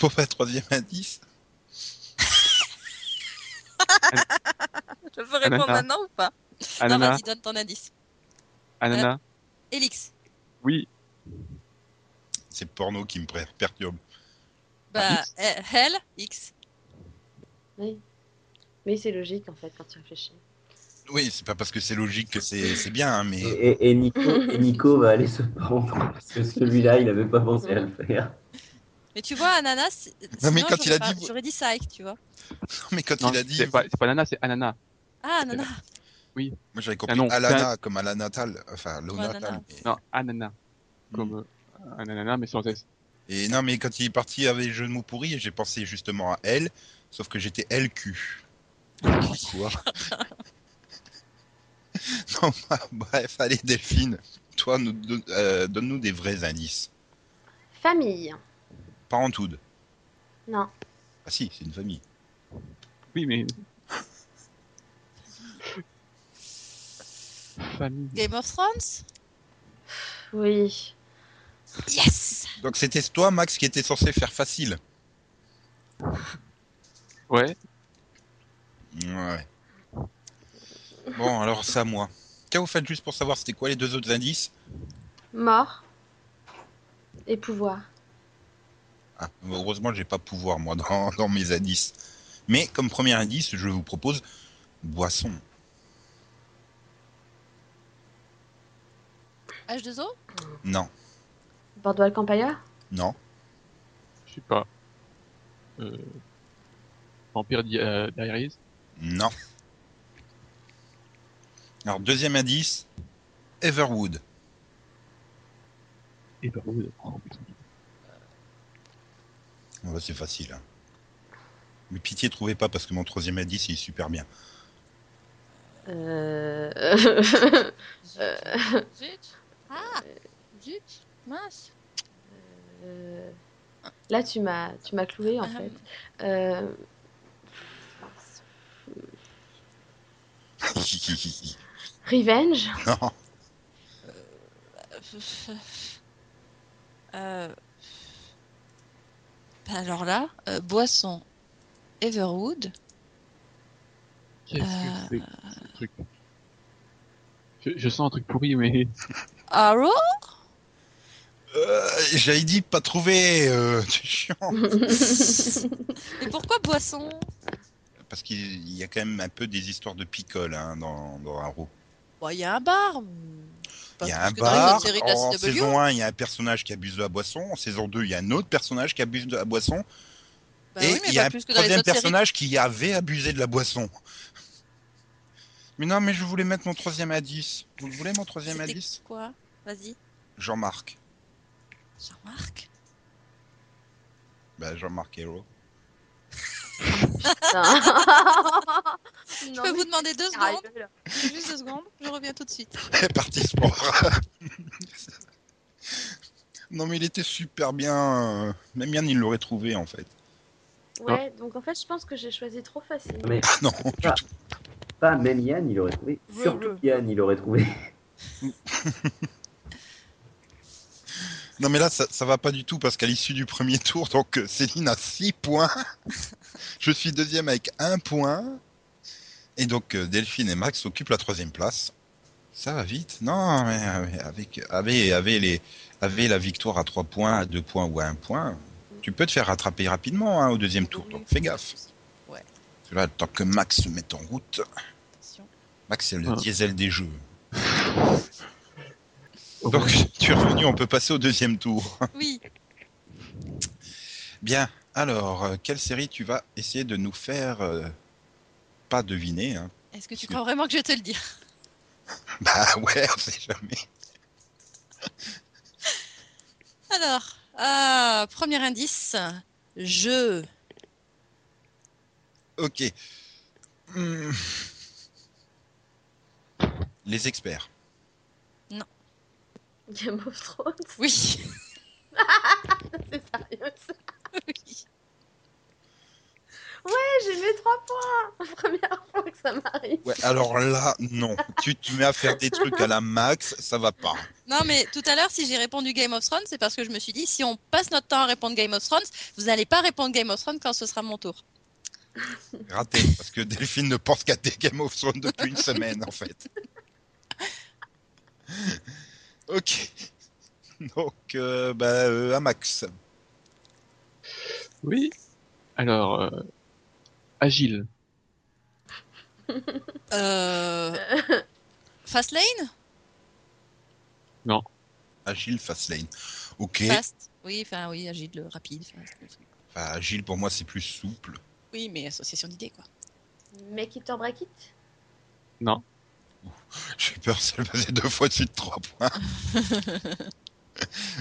S1: pour pas troisième indice,
S5: Je peux répondre
S4: Ananas.
S5: maintenant ou pas Non,
S4: Anana,
S5: vas-y, donne ton indice.
S4: Anana.
S5: Elix.
S4: Oui,
S1: c'est porno qui me per- perturbe.
S5: Bah, eh, Hell, X.
S3: Oui. Mais c'est logique en fait quand tu réfléchis.
S1: Oui, c'est pas parce que c'est logique que c'est c'est bien, hein,
S4: Euh,
S1: mais
S2: Et, et Nico, et Nico va aller se <laughs> pendre parce que celui-là, il n'avait pas pensé à le faire.
S5: Mais tu vois, Ananas, c'est-
S1: Non, mais
S5: sinon,
S1: quand il
S5: j'aurais
S1: a
S5: pas-
S1: dit-
S5: J'aurais dit Psych, tu vois.
S1: <laughs> mais quand
S4: non,
S1: il a dit,
S4: c'est pas, c'est pas Anana, c'est Anana.
S5: Ah, Ananas.
S1: moi j'avais compris
S4: Ah non,
S1: Alana comme à la natale, enfin
S5: Ouais,
S1: Lona
S5: Alana.
S1: natale. mais-
S4: Non, Anana.
S1: Hmm.
S4: Comme euh, un ananas, mais sans S.
S1: Et non, mais quand il est parti avec le jeu de mots pourri, j'ai pensé justement à elle, sauf que j'étais LQ. Quoi Non, bah, bref, allez Delphine, toi, nous, don- euh, donne-nous des vrais indices.
S3: Famille.
S1: Parenthood.
S3: Non.
S1: Ah si, c'est une famille.
S4: Oui,
S1: <laughs>
S4: mais. Famille.
S5: Game of Thrones
S3: Oui.
S5: Yes
S1: Donc c'était toi, Max, qui était censé faire facile.
S4: Ouais.
S1: Ouais. Bon, alors ça, moi. Tiens, vous faites juste pour savoir c'était quoi les deux autres indices
S3: Mort. Et pouvoir.
S1: Ah, heureusement, j'ai pas pouvoir, moi, dans, <laughs> dans mes indices. Mais comme premier indice, je vous propose boisson.
S5: H2O
S1: Non,
S3: Bordeaux Campagnard
S1: non,
S4: Je sais pas. Euh... Vampire Di- euh, Diaries.
S1: non. Alors, deuxième indice, Everwood.
S4: Et par où oh, putain.
S1: Ouais, c'est facile. hein. Mais pitié, trouvez pas, parce que mon troisième indice, il est super bien. <laughs>
S3: Euh... <laughs>
S5: Zut. Zut. Ah Zut Mince
S3: Euh, Là, tu m'as, tu m'as cloué en
S5: Ah.
S3: fait. Euh, Revenge, <laughs>
S1: non,
S5: Euh, bah alors là, euh, Boisson, Everwood,
S4: Qu'est-ce
S5: Euh.
S4: que c'est que ce truc je, je sens un truc pourri, mais.
S5: Arrow
S1: Euh, j'avais dit de pas trouver, euh, <laughs> c'est chiant.
S5: Mais pourquoi Boisson
S1: Parce qu'il il y a quand même un peu des histoires de picole hein, dans, dans Arrow.
S5: Bon, Bah, Il y a un bar. mais pas
S1: Il y a
S5: plus
S1: un
S5: que dans les autres
S1: bar.
S5: séries de la
S1: En
S5: CW.
S1: saison 1, il y a un personnage qui abuse de la boisson. En saison 2, il y a un autre personnage qui abuse de la boisson.
S5: Bah
S1: et
S5: oui, mais
S1: il y
S5: pas
S1: a un
S5: plus que dans les
S1: troisième
S5: autres séries.
S1: personnage qui avait abusé de la boisson. Mais non, mais je voulais mettre mon troisième à 10. Vous le voulez, mon troisième à
S5: C'était
S1: 10
S5: Quoi Vas-y,
S1: Jean-Marc.
S5: Jean-Marc.
S1: Bah, Jean-Marc <laughs> Hero.
S3: Non.
S5: Je
S3: Non,
S5: peux
S3: mais
S5: vous demander deux
S3: c'est
S5: secondes
S3: sérieux, là.
S5: <laughs> Juste deux secondes, je reviens tout de suite.
S1: Elle est partie sport. <laughs> non, mais il était super bien. euh, Même bien, il l'aurait trouvé, en fait.
S3: Ouais, donc en fait, je pense que j'ai choisi trop facile.
S2: Mais
S1: Ah Non,
S2: pas même Yann, il aurait trouvé.
S5: Ouais,
S2: Surtout
S5: ouais.
S2: Yann, il aurait trouvé.
S1: non mais là, ça, ça va pas du tout parce qu'à l'issue du premier tour, donc euh, Céline a 6 points. <laughs> Je suis deuxième avec 1 point. Et donc euh, Delphine et Max occupent la troisième place. Ça va vite. Non, mais euh, avec, avec, avec, les, avec la victoire à 3 points, à 2 points ou à 1 point, tu peux te faire rattraper rapidement hein, au deuxième tour. Donc fais gaffe.
S5: Ouais.
S1: Parce que Là, tant que Max se met en route,
S5: Attention.
S1: Max c'est le
S4: Ah.
S1: diesel des jeux. Donc <laughs> tu es revenu, on peut passer au deuxième tour.
S5: Oui,
S1: Bien. Alors, euh, quelle série tu vas essayer de nous faire euh, pas deviner. hein. <laughs>
S5: Est-ce que tu crois vraiment que je vais te le dire
S1: Bah ouais, on sait jamais.
S5: Alors, euh, premier indice, je.
S1: Ok. Hmm. Les experts.
S3: Game of Thrones, <laughs>
S5: Oui. <laughs>
S3: c'est sérieux ça.
S5: Oui.
S3: Ouais, Eh, j'ai mis 3 points. <laughs> Première fois que ça m'arrive.
S1: Ouais, alors là, non. tu te mets à faire des trucs à la max, ça va pas.
S5: Non, mais tout à l'heure, si j'ai répondu Game of Thrones, c'est parce que je me suis dit, si on passe notre temps à répondre Game of Thrones, vous n'allez pas répondre Game of Thrones quand ce sera mon tour.
S1: Raté, parce que Delphine ne pense qu'à des Game of Thrones depuis une semaine, en fait. <laughs> ok. Donc, euh, bah, euh, à max.
S4: <laughs> Oui. Alors, euh, agile.
S5: Euh... Fastlane
S1: Agile, Fastlane. Ok.
S5: Fast. Oui, enfin, oui, agile, rapide. fast.
S1: Enfin, agile, Bah, pour moi, c'est plus souple. <laughs>
S5: Oui, mais association d'idées, quoi.
S3: Make it or break it.
S1: J'ai peur, ça le faisait deux fois de suite, trois points.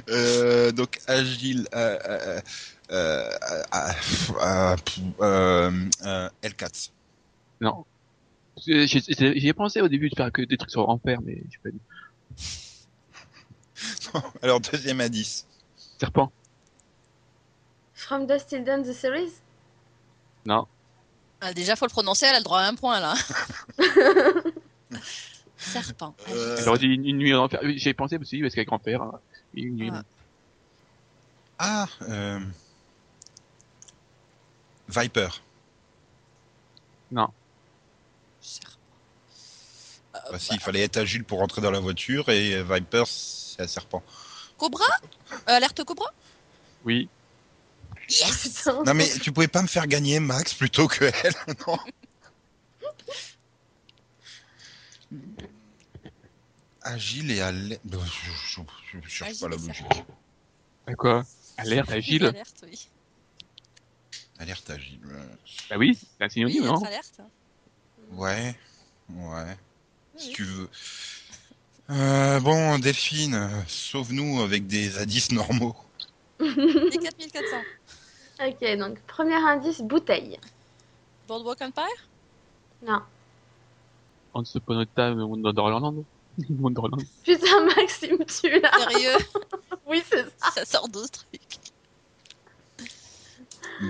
S1: Euh, donc, agile, euh, euh, euh, euh, euh, euh, euh, L4.
S4: Non. J'ai j'ai- j'y ai pensé au début de faire que des trucs sur Ampère, mais j'ai pas dit.
S1: Alors, deuxième à 10.
S4: Serpent.
S3: From Dust Till Dawn, the series.
S5: Ah, déjà, faut le prononcer, elle a le droit à un point, là. <laughs> Serpent.
S1: Euh,
S4: J'aurais dit une, une nuit en enfer. Oui, J'y ai pensé aussi, parce qu'avec grand-père, hein, une nuit.
S1: Ah,
S5: Ah.
S1: euh... Viper.
S5: Serpent.
S1: Bah, si, il fallait être agile pour rentrer dans la voiture et euh, Viper, c'est un serpent.
S5: Cobra Euh, Alerte Cobra
S4: Oui.
S5: Yes
S3: Putain.
S1: Non, mais tu pouvais pas me faire gagner Max plutôt que elle, <laughs> non Agile et alerte. Je, je- je cherche
S5: Agile
S1: pas la
S5: et
S1: logique.
S4: À quoi Alerte, agile.
S5: Alerte, oui.
S1: Alerte agile. euh,
S4: Bah oui, c'est un
S5: Oui,
S4: synonyme, non
S5: être alerte.
S1: Ouais. Ouais. Si
S5: Oui.
S1: tu veux. Euh, bon, Delphine, euh, sauve-nous avec des indices normaux.
S5: Les 4400.
S3: <laughs> Ok, donc premier indice, bouteille.
S5: Boardwalk Empire
S3: Non.
S4: On se pose notre table on est dans <laughs> l'Orlande. Wonderland.
S3: Putain, Max, il me tue là.
S5: Sérieux <laughs>
S3: Oui, c'est ça.
S5: Ça sort d'où ce truc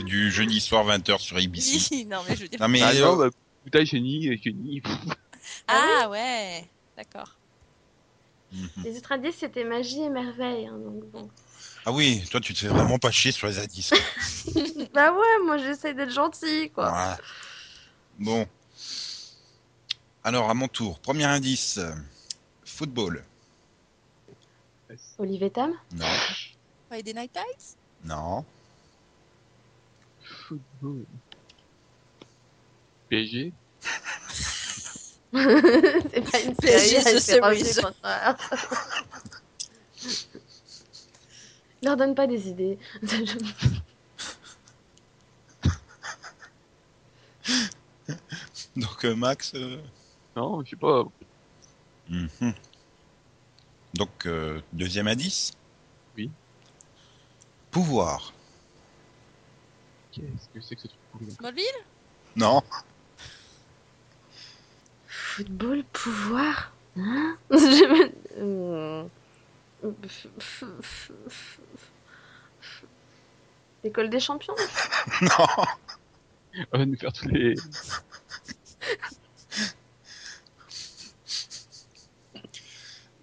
S1: Du jeudi soir 20h sur ABC.
S5: Oui, non, mais je veux dire.
S1: Non mais
S4: Ah non,
S1: euh,
S4: bah, putain, génie, euh, génie. pff,
S5: Ah ouais D'accord.
S1: mhm.
S3: Les autres indices, c'était magie et merveille. hein, donc bon.
S1: ah oui, toi tu te fais vraiment pas chier sur les indices.
S3: bah ouais, moi j'essaye d'être gentille, quoi.
S1: Voilà. Bon. Alors à mon tour, premier indice, euh, football.
S3: Olivier Tam
S1: Non,
S5: Friday Night Lights
S1: non,
S4: football. PSG.
S3: <laughs> C'est pas une série,
S5: Yes,
S3: elle
S5: the
S3: fait revenir
S5: series.
S3: contre elle. <laughs> Leur donne pas des idées. <laughs> Je-
S1: donc euh, Max. euh,
S4: Non, je sais pas.
S1: mhm. Donc euh, deuxième indice.
S4: Oui.
S1: Pouvoir.
S4: Qu'est-ce que c'est que ce truc pourri
S5: Smallville
S1: Non. <laughs>
S3: Football, pouvoir Hein <laughs> Je me- Euh, f- f- f- f- f- L'école des champions
S1: Non.
S4: On va nous faire tous les.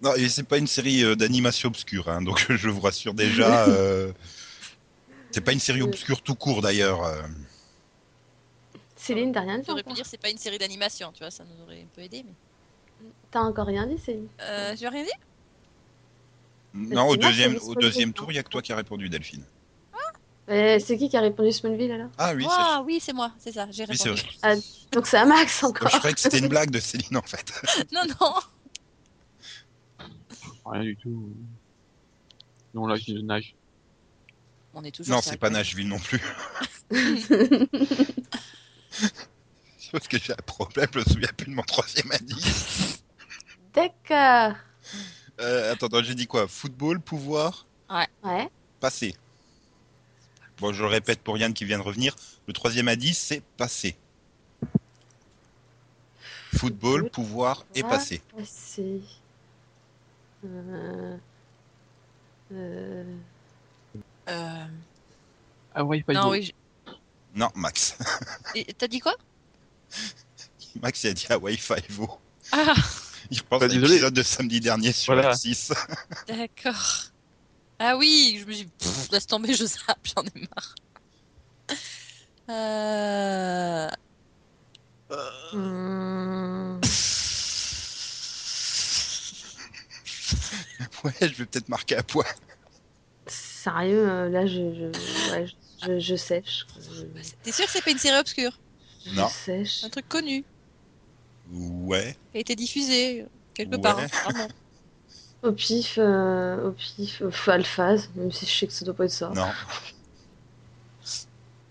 S1: Non, et c'est pas une série euh, d'animation obscure, hein, donc je vous rassure
S5: <laughs>
S1: déjà. euh, C'est pas une série obscure tout court d'ailleurs. euh.
S3: Céline, t'as rien dit
S5: J'aurais pu
S3: encore.
S5: dire c'est pas une série d'animation, tu vois, ça nous aurait un peu aidé. Mais...
S3: T'as encore rien dit, Céline
S5: Euh, je vais rien dire
S1: Non, au
S3: c'est Max
S1: deuxième,
S3: qui a
S1: au
S3: répondu,
S1: deuxième
S3: hein.
S1: tour, il y a que toi qui as répondu, Delphine.
S3: Euh, C'est qui qui a répondu Smallville alors
S1: Ah oui, c'est
S5: Ah oui, c'est moi, c'est ça, j'ai
S1: oui, c'est
S5: répondu.
S1: vrai.
S3: Donc c'est à Max
S1: Je
S3: <laughs> encore.
S1: croyais que c'était une blague de Céline en fait.
S5: <laughs> non, non
S4: Rien du tout. Non, là, je nage.
S5: On est toujours
S1: Non,
S5: sur
S1: c'est
S5: la
S1: pas
S5: page.
S1: Nashville non plus. <laughs> Parce que j'ai un problème, je me souviens plus de mon troisième indice.
S3: <laughs> D'accord.
S1: Euh, attends, attends, j'ai dit quoi Football, pouvoir,
S3: Ouais.
S1: passé. Bon, je le répète pour Yann qui vient de revenir. Le troisième indice, c'est passé. Football, pouvoir et
S3: Pouvoir.
S1: passé.
S3: Passé. Euh... Euh...
S5: Euh,
S4: Ah ouais, pas
S5: Non,
S4: Hugo.
S5: oui. je-
S1: Non, Max. <laughs>
S5: Et T'as dit quoi
S1: Max, il a dit Hawaii Five-O.
S5: Ah,
S1: Il repense
S4: Bah,
S1: à
S4: désolé.
S1: l'épisode de samedi dernier sur
S4: Voilà.
S1: M6.
S5: d'accord. Ah oui, je me suis dit, pff, laisse tomber, je zappe, j'en ai marre. Euh...
S3: hum,
S1: <laughs> Ouais, je vais peut-être marquer un point.
S3: Sérieux, euh, là, je, je, ouais, je, je- je sèche. Je,
S5: T'es sûr que c'est pas une série obscure
S3: je
S1: Non.
S3: sèche.
S5: Un truc connu,
S1: Ouais.
S5: qui a été diffusé quelque
S1: Ouais.
S5: part. hein, vraiment.
S3: Au pif, euh, au pif, euh, Alphase, même si je sais que ça doit pas être ça.
S1: Non.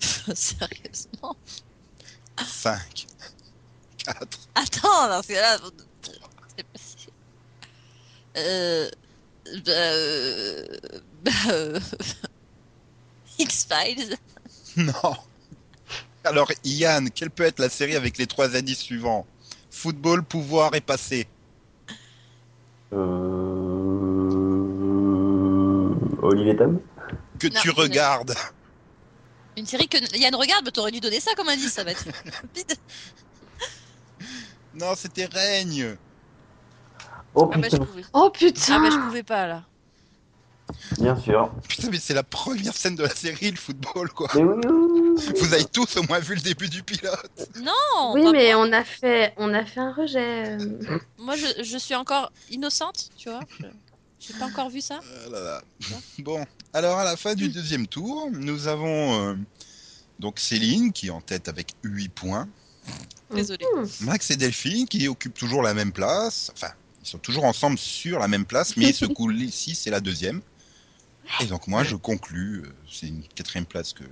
S5: <laughs> Sérieusement
S1: 5. 4.
S5: Attends, non, c'est là. C'est pas si- Euh. bah, euh, bah, euh, <laughs> X-Files.
S1: Non. Alors, Yann, quelle peut être la série avec les trois indices suivants Football, pouvoir et passé.
S2: Euh... Olivier Tom
S1: Que
S5: Non,
S1: tu
S5: non.
S1: regardes.
S5: Une série que Yann regarde, mais t'aurais dû donner ça comme indice, ça va être rapide.
S1: Non, c'était Règne.
S2: Oh
S5: Ah bah, je
S2: putain,
S5: pouvais.
S3: Oh putain
S5: Ah bah, je pouvais pas là.
S2: bien sûr.
S1: Putain, mais c'est la première scène de la série, le football, quoi.
S2: Mais oui, oui, oui, oui.
S1: Vous avez tous au moins vu le début du pilote.
S5: Non bah,
S3: Oui,
S5: moi-
S3: mais on a fait, on a fait un
S5: <laughs>
S3: rejet. euh.
S5: Moi, je, je suis encore innocente, tu vois. Je- J'ai pas encore vu ça.
S1: Ah là là. Bon, alors à la fin du deuxième tour, nous avons euh, donc Céline qui est en tête avec 8 points.
S5: Désolée.
S1: Max et Delphine qui occupent toujours la même place. Enfin, ils sont toujours ensemble sur la même place, mais ce coup ici, c'est la deuxième. Et donc moi, je conclus. euh, C'est une quatrième place que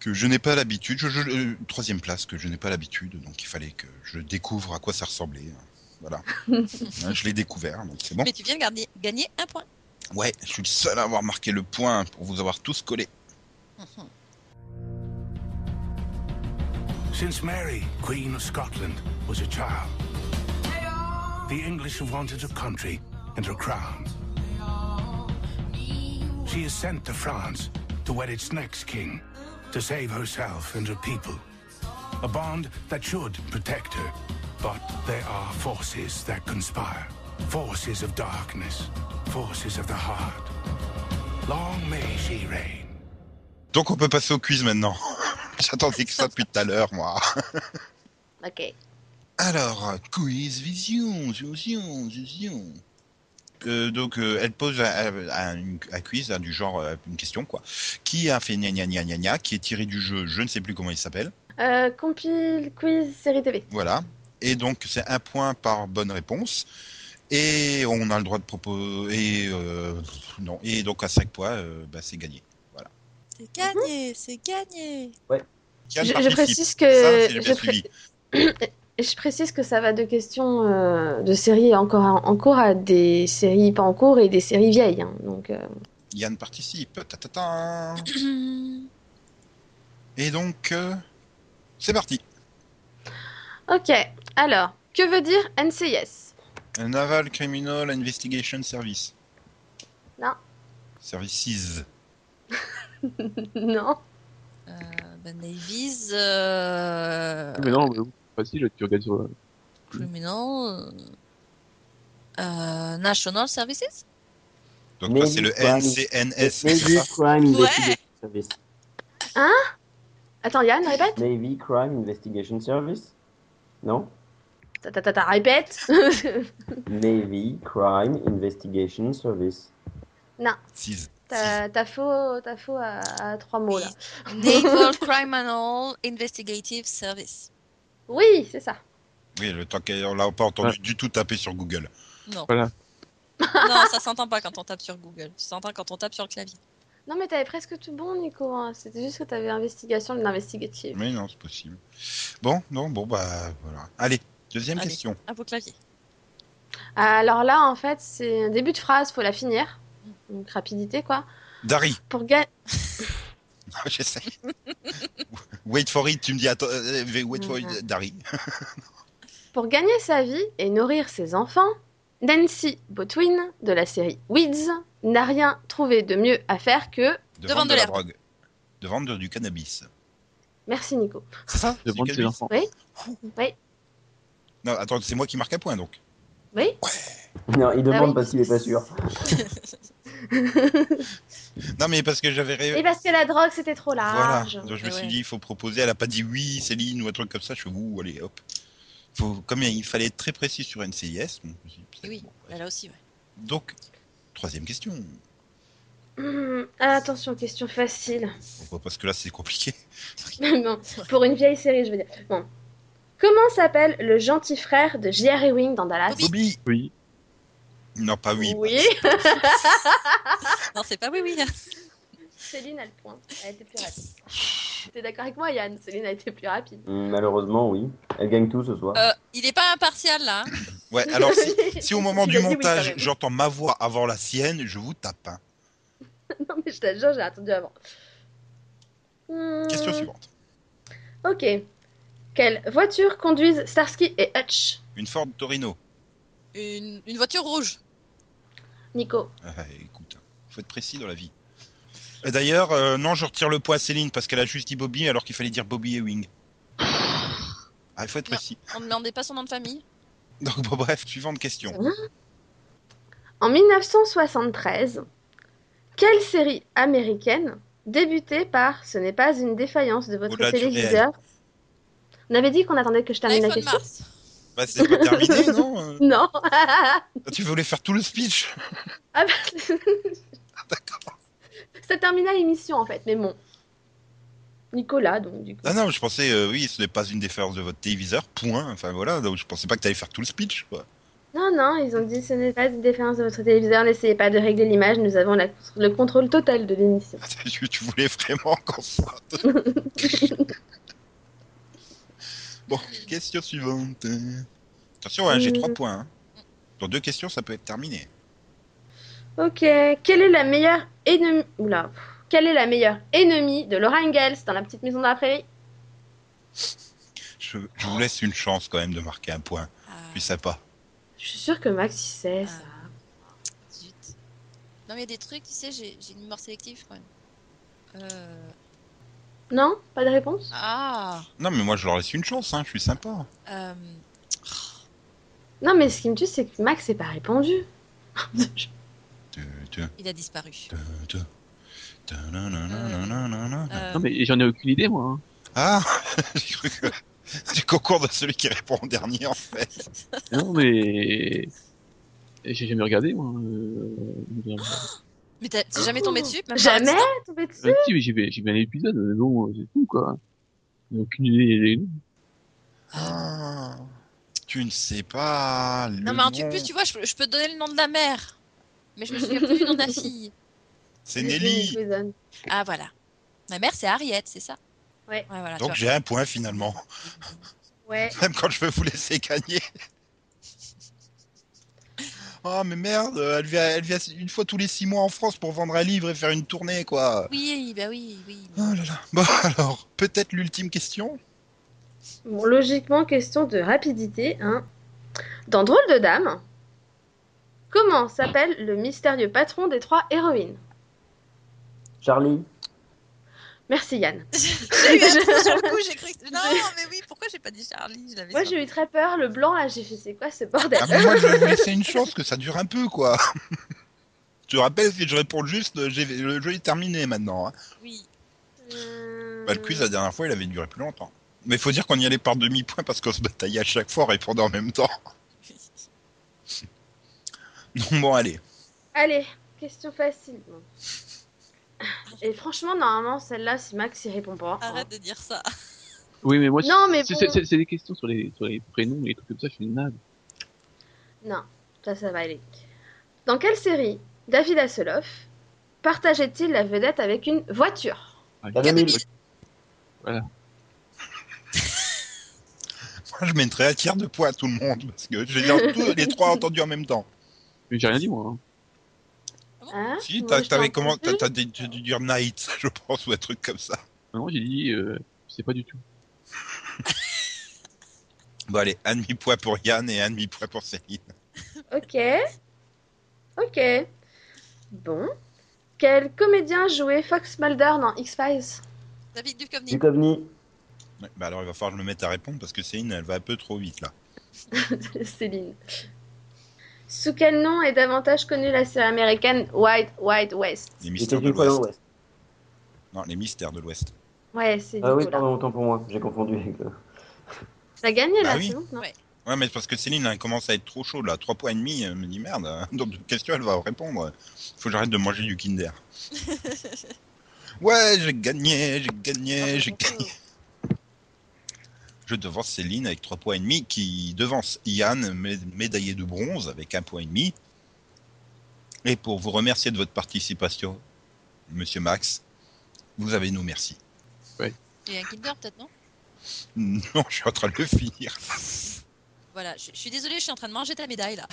S1: que je n'ai pas l'habitude. Je, je- euh, troisième place que je n'ai pas l'habitude. Donc il fallait que je découvre à quoi ça ressemblait. Voilà. Hein, je l'ai découvert, donc c'est bon.
S5: Mais tu viens de garder- gagner un point.
S1: Ouais, je suis le seul à avoir marqué le point pour vous avoir tous collé.
S5: Mhm.
S10: Since Mary, Queen of Scotland, was a child, the English have wanted her country and her crown. She is sent to France to wed its next king to save herself and her people. A bond that should protect her, but there are forces that conspire. Forces of darkness, forces of the heart. Long may she reign.
S1: Donc on peut passer au quiz maintenant. <laughs> J'attendais que ça depuis tout à l'heure, moi.
S3: Ok.
S1: Alors, quiz vision, vision, vision. Euh, donc, euh, elle pose un, un- un quiz hein, du genre euh, une question quoi. Qui a fait gna gna gna gna gna Qui est tiré du jeu Je ne sais plus comment il s'appelle.
S3: Euh, compile quiz série TV.
S1: Voilà. Et donc c'est un point par bonne réponse. Et on a le droit de proposer. Et euh, non. Et donc à 5 points, euh, bah, c'est gagné.
S5: C'est gagné, c'est gagné.
S3: Je,
S1: Yann
S3: je
S1: participe.
S3: précise que
S1: Ça, c'est
S3: je,
S1: bien
S3: pré-
S1: suivi.
S3: je précise <coughs> que ça va de questions euh, de séries encore à- en cours à des séries pas en cours et des séries vieilles. hein, donc euh,
S1: Yann participe. Ta ta ta.
S5: Hum,
S1: Et donc euh, c'est parti.
S3: ok. Alors, que veut dire
S5: <laughs>
S3: NCIS
S1: Naval Criminal Investigation Service.
S3: Non.
S1: Services.
S3: Non.
S5: euh, bah, Navy's, euh,
S4: Ah, Mais non, mais facile, tu regardes sur.
S5: Criminal, euh, euh, National Services
S1: Donc toi,
S2: Navy
S1: c'est le
S4: bah,
S2: Crime.
S1: NCNS, c'est
S2: Navy
S1: ça
S2: Crime
S5: Ouais.
S2: Investigation Service.
S3: Attends, Yann, répète.
S2: Navy Crime Investigation Service Non
S3: Ta ta ta, ta, répète. <laughs>
S2: Navy Crime Investigation Service. <laughs>
S1: Six. Six.
S3: T'as t'as faux, t'as faux à, à trois mots là.
S5: Naval Criminal Investigative Service.
S3: Oui, c'est ça.
S1: Oui, le temps qu'on l'a pas entendu
S4: Ouais.
S1: du tout taper sur Google.
S5: Non.
S4: Voilà.
S5: non, ça s'entend pas quand on tape sur Google. Ça s'entend quand on tape sur le clavier.
S3: Non, mais t'avais presque tout bon, Nico. hein. C'était juste que t'avais investigation de l'investigative.
S1: Mais non, c'est possible. Bon, non, bon, bah voilà. Allez, deuxième
S5: Allez.
S1: question.
S5: À Ah, vos claviers.
S3: Alors là, en fait, c'est un début de phrase, faut la finir. Donc, rapidité, quoi.
S1: Dari, <laughs>
S3: Pour gagner.
S1: j'essaie. wait for it, tu me dis, attends, euh, wait for it, Dari.
S3: Pour gagner sa vie et nourrir ses enfants, Nancy Botwin de la série Weeds n'a rien trouvé de mieux à faire que.
S1: De
S5: Devant
S1: vendre
S5: de
S1: de la
S5: l'herbe.
S1: drogue. De vendre du cannabis.
S3: Merci Nico.
S1: C'est ça
S4: de
S1: C'est
S4: vendre ses
S1: cannabis
S4: enfants.
S1: Non, attends, c'est moi qui marque un point donc.
S3: Oui
S2: Non,
S5: Ah
S2: il demande
S3: Bah oui.
S2: parce qu'il est pas sûr.
S1: Non, mais parce que j'avais rêvé.
S3: Et parce que la drogue c'était trop
S1: Voilà.
S3: large.
S1: Donc je
S5: Mais
S1: me suis
S5: ouais.
S1: dit, il faut proposer. Elle a pas dit oui, Céline ou un truc comme ça. Je suis ouh, allez, hop. Faut, comme il fallait être très précis sur NCIS. bon, je me suis dit,
S5: Et Eh oui,
S1: bon, ouais.
S5: là, là aussi, ouais.
S1: Donc, troisième question.
S3: Hum, attention, question facile.
S1: Pourquoi Parce que là, c'est
S3: <laughs>
S1: compliqué.
S3: non, pour une vieille série, je veux dire. Bon. Comment s'appelle le gentil frère de Jerry Wing dans Dallas
S5: Bobby.
S1: Bobby
S4: Oui.
S1: Non, pas oui.
S3: Oh.
S5: Non, c'est pas oui, oui.
S3: Céline a le point. Elle a été plus rapide. T'es d'accord avec moi, Yann Céline a été plus rapide.
S1: Mm.
S2: Hum, Malheureusement, oui. Elle gagne tout ce soir.
S5: Euh, il est pas impartial, là. hein.
S1: Ouais, alors
S3: <laughs>
S1: si, si au moment
S3: Il
S1: du
S3: a dit oui,
S1: montage,
S3: quand même.
S1: j'entends ma voix avant la sienne, je vous tape. hein.
S3: <laughs> Non, mais je te jure, j'ai attendu avant.
S1: Question
S3: Hmm,
S1: suivante.
S3: Ok. Quelle voiture conduisent Starsky et Hutch
S1: Une Ford Torino.
S5: Une, une voiture rouge.
S3: Nico.
S1: Ah, écoute, hein, faut être précis dans la vie. Et D'ailleurs, euh, non, je retire le poids à Céline parce qu'elle a juste dit Bobby alors qu'il fallait dire Bobby Ewing. Ah, il faut être
S5: Non.
S1: précis.
S5: On ne demandait pas son nom de famille.
S1: Donc, bon, bref, suivante question.
S3: En 1973, quelle série américaine débutait par Ce n'est pas une défaillance de votre
S1: Au-delà du
S3: téléviseur On avait dit qu'on attendait que je termine la
S5: iPhone
S3: question.
S5: Mars.
S1: Bah, c'est pas terminé, non Euh,
S3: <laughs> Non <laughs>
S1: Tu voulais faire tout le speech
S3: Ah bah,
S1: Ah, D'accord.
S3: <laughs> Ça termina l'émission en fait, mais bon. Nicolas, donc du coup.
S1: Ah non, je pensais, euh, oui, ce n'est pas une déférence de votre téléviseur, point. Enfin voilà, donc je pensais pas que t'allais faire tout le speech. Quoi. <laughs>
S3: Non, non, ils ont dit ce n'est pas une déférence de votre téléviseur, n'essayez pas de régler l'image, nous avons la- le contrôle total de l'émission. <laughs>
S1: Tu, tu voulais vraiment qu'on soit. bon, question suivante. Attention, hein, j'ai
S3: Euh.
S1: trois points. hein. Dans deux questions, ça peut être terminé.
S3: Ok, quelle est la meilleure ennemie. Oula, pff. quelle est la meilleure ennemie de Laura Ingalls dans la petite maison de la prairie
S1: Je, je vous laisse une chance quand même de marquer un point.
S5: Ah,
S1: Je sais pas.
S3: Je suis sûre que Max, il sait ça.
S5: zut. Non, mais il y a des trucs, tu sais, j'ai j'ai une mémoire sélective, quand même. Euh,
S3: Non Pas de réponse
S5: Ah.
S1: Non, mais moi, je leur laisse une chance, hein, je suis sympa.
S5: euh,
S3: Non, mais ce qui me tue, c'est que Max n'est pas répondu.
S1: Tu- tu-
S5: il a disparu.
S1: tu- tu- tu- na- na- na- na- na- na- na.
S5: Euh,
S4: Non, mais j'en ai aucune idée, moi. hein.
S1: Ah <laughs> J'ai cru que du concours de celui qui répond en dernier, en fait.
S4: hein. Non, mais. Et J'ai jamais regardé, moi. euh,
S5: Mais t'as t'es jamais tombé dessus même par
S3: Jamais
S5: accident
S3: tombé dessus
S4: Euh, si, mais j'ai bien, j'ai bien l'épisode, mais bon, c'est tout, quoi. J'ai Aucune idée des noms.
S1: Ah. tu ne sais pas. le
S5: Non, mais en
S1: nom.
S5: plus, tu vois, je, je peux te donner le nom de la mère. Mais je me souviens plus du nom de la fille.
S1: C'est Nelly.
S3: Wilson.
S5: Ah, voilà. Ma mère, c'est Harriet, c'est ça
S3: Ouais.
S5: voilà, tu
S1: Donc
S5: vois.
S1: j'ai un point finalement, <laughs>
S3: Ouais.
S1: même quand je veux vous laisser gagner. <laughs> Oh mais merde, elle vient, elle vient une fois tous les six mois en France pour vendre un livre et faire une tournée quoi.
S5: Oui, bah oui, oui.
S1: Oh là là. Bon alors, peut-être l'ultime question.
S3: Bon, logiquement, question de rapidité. Hein. Dans Drôle de Dame, comment s'appelle le mystérieux patron des trois héroïnes
S2: Charlie
S3: Merci Yann.
S5: j'ai eu un trou sur le coup, j'ai cru que...
S3: <laughs>
S5: Non, mais oui, pourquoi j'ai pas dit Charlie Je l'avais
S3: Moi
S5: sur-
S3: j'ai eu très peur, le blanc là, j'ai fait c'est quoi ce bordel
S1: Ah, mais moi je vais vous laisser une chance que ça dure un peu quoi. <laughs> Tu te rappelles si je réponds juste, euh, j'ai- le jeu est terminé maintenant. hein.
S5: Oui.
S3: Euh,
S1: Bah, le quiz la dernière fois il avait duré plus longtemps. Mais faut dire qu'on y allait par demi-point parce qu'on se bataillait à chaque fois en répondant en même temps. <laughs> Donc bon allez.
S3: Allez, question facile. Bon. Et franchement, normalement, celle-là, si Max y répond pas. hein.
S5: Arrête de dire ça.
S4: Oui, mais moi, c'est-
S3: Non, mais
S4: c'est
S3: bon.
S4: c'est- c'est- c'est des questions sur les, sur les prénoms et les trucs comme ça, je suis naze.
S3: Non, ça, ça va aller. Dans quelle série David Hasselhoff partageait-il la vedette avec une voiture
S2: T'as nommé le-
S1: Moi, je mettrais un tiers de poids à tout le monde parce que j'ai les- tous les trois entendus en même
S3: <laughs>
S1: temps.
S4: Mais j'ai rien dit, moi. hein.
S3: Hein
S1: Si,
S3: Moi,
S1: t'as-
S3: je
S1: t'avais
S3: t'en
S1: comment
S3: prie.
S1: T'as t'as dû dû- dû dire Night, <laughs> je pense, ou un truc comme ça.
S4: Non, non, j'ai dit, euh, je sais pas du tout.
S1: Bon, allez, un demi-poids pour Yann et un demi-poids pour Céline.
S3: Ok. Ok. Bon. Quel comédien jouait Fox Mulder dans X-Files <laughs>
S5: David Duchovny.
S1: Mm.
S2: Duchovny.
S1: Ouais, bah alors, il va falloir que je me mette à répondre parce que Céline, elle va un peu trop vite là.
S3: Céline. Sous quel nom est davantage connue la série américaine White White West
S1: Les
S2: J'étais
S1: mystères de
S2: une fois dans
S1: l'Ouest.
S2: l'Ouest.
S1: Non, les mystères de l'Ouest.
S3: Ouais, c'est
S2: Ah oui,
S3: Nicolas.
S2: pardon, autant pour moi. J'ai confondu avec le...
S3: T'as gagné
S1: Bah
S3: là,
S1: oui.
S3: c'est bon non
S5: Ouais.
S1: Ouais, mais c'est parce que Céline, elle commence à être trop chaude là. Trois points et demi, elle me dit merde. hein. Dans deux questions, elle va répondre. Faut que j'arrête de manger du Kinder. Ouais, j'ai gagné, j'ai gagné, j'ai gagné. Je devance Céline avec trois points et demi, qui devance Yann, mé- médaillé de bronze, avec un point et demi. Et pour vous remercier de votre participation, Monsieur Max, vous avez nos merci.
S5: Et un Kinder, peut-être, non
S1: <laughs> Non, je suis en train de le finir.
S5: Voilà, je, je suis désolée, je suis en train de manger ta médaille, là.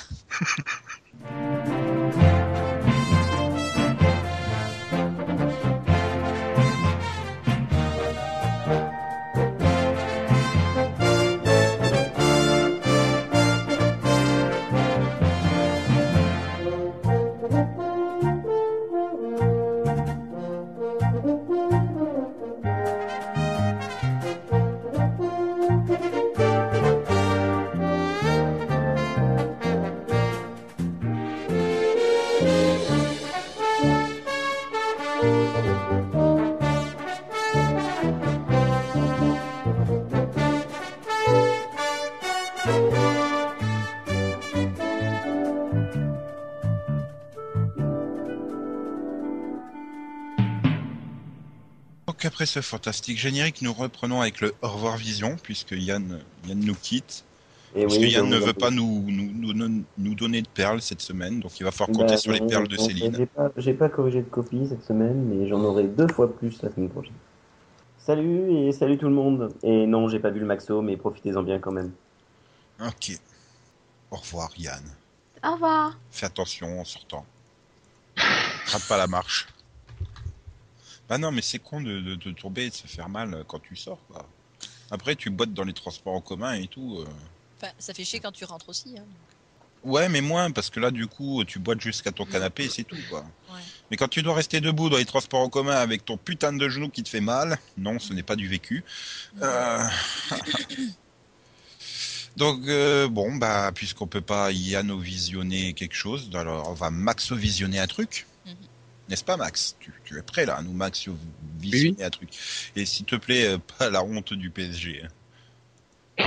S1: Donc après ce fantastique générique, nous reprenons avec le Au revoir Vision, puisque Yann, Yann nous quitte.
S2: Et
S1: Parce que
S2: Eh oui,
S1: Yann
S2: je
S1: ne
S2: vous
S1: veut
S2: en-
S1: pas nous, nous, nous, nous donner de perles cette semaine, donc il va falloir compter
S2: Bah,
S1: sur les
S2: non,
S1: perles de
S2: non,
S1: Céline. Hmm.
S2: J'ai pas, j'ai pas corrigé de copie cette semaine, mais j'en aurai deux fois plus la semaine prochaine. Salut et salut tout le monde. Et non, j'ai pas vu le maxo, mais profitez-en bien quand même.
S1: Ok. Au revoir Yann.
S3: Au revoir.
S1: Fais attention en sortant. Rate pas la marche. Bah non, mais c'est con de, de, de tomber et de se faire mal quand tu sors, quoi. Après, tu boites dans les transports en commun et tout. euh.
S5: Enfin, ça fait chier quand tu rentres aussi. hein.
S1: Ouais, mais moins, parce que là, du coup, tu boites jusqu'à ton canapé et c'est tout, quoi.
S5: Ouais.
S1: Mais quand tu dois rester debout dans les transports en commun avec ton putain de genou qui te fait mal, non, ce n'est pas du vécu. Euh, <laughs> Donc, euh, bon, bah, puisqu'on peut pas Yano-visionner quelque chose, alors on va Maxo-visionner un truc.
S5: Mhm.
S1: N'est-ce pas, Max tu, tu es prêt, là, à nous Maxo-visionner un truc. Et s'il te plaît, euh, pas la honte du PSG. hein.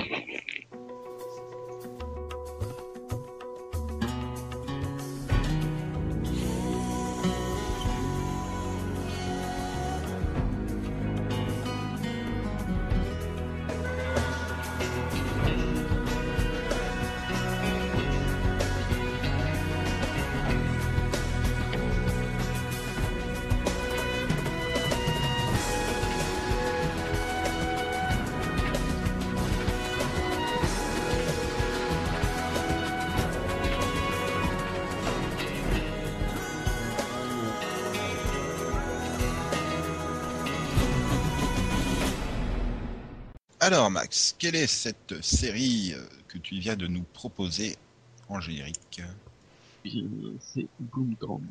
S1: Alors, Max, quelle est cette série euh, que tu viens de nous proposer en générique
S4: Puis, euh, C'est Boomtown.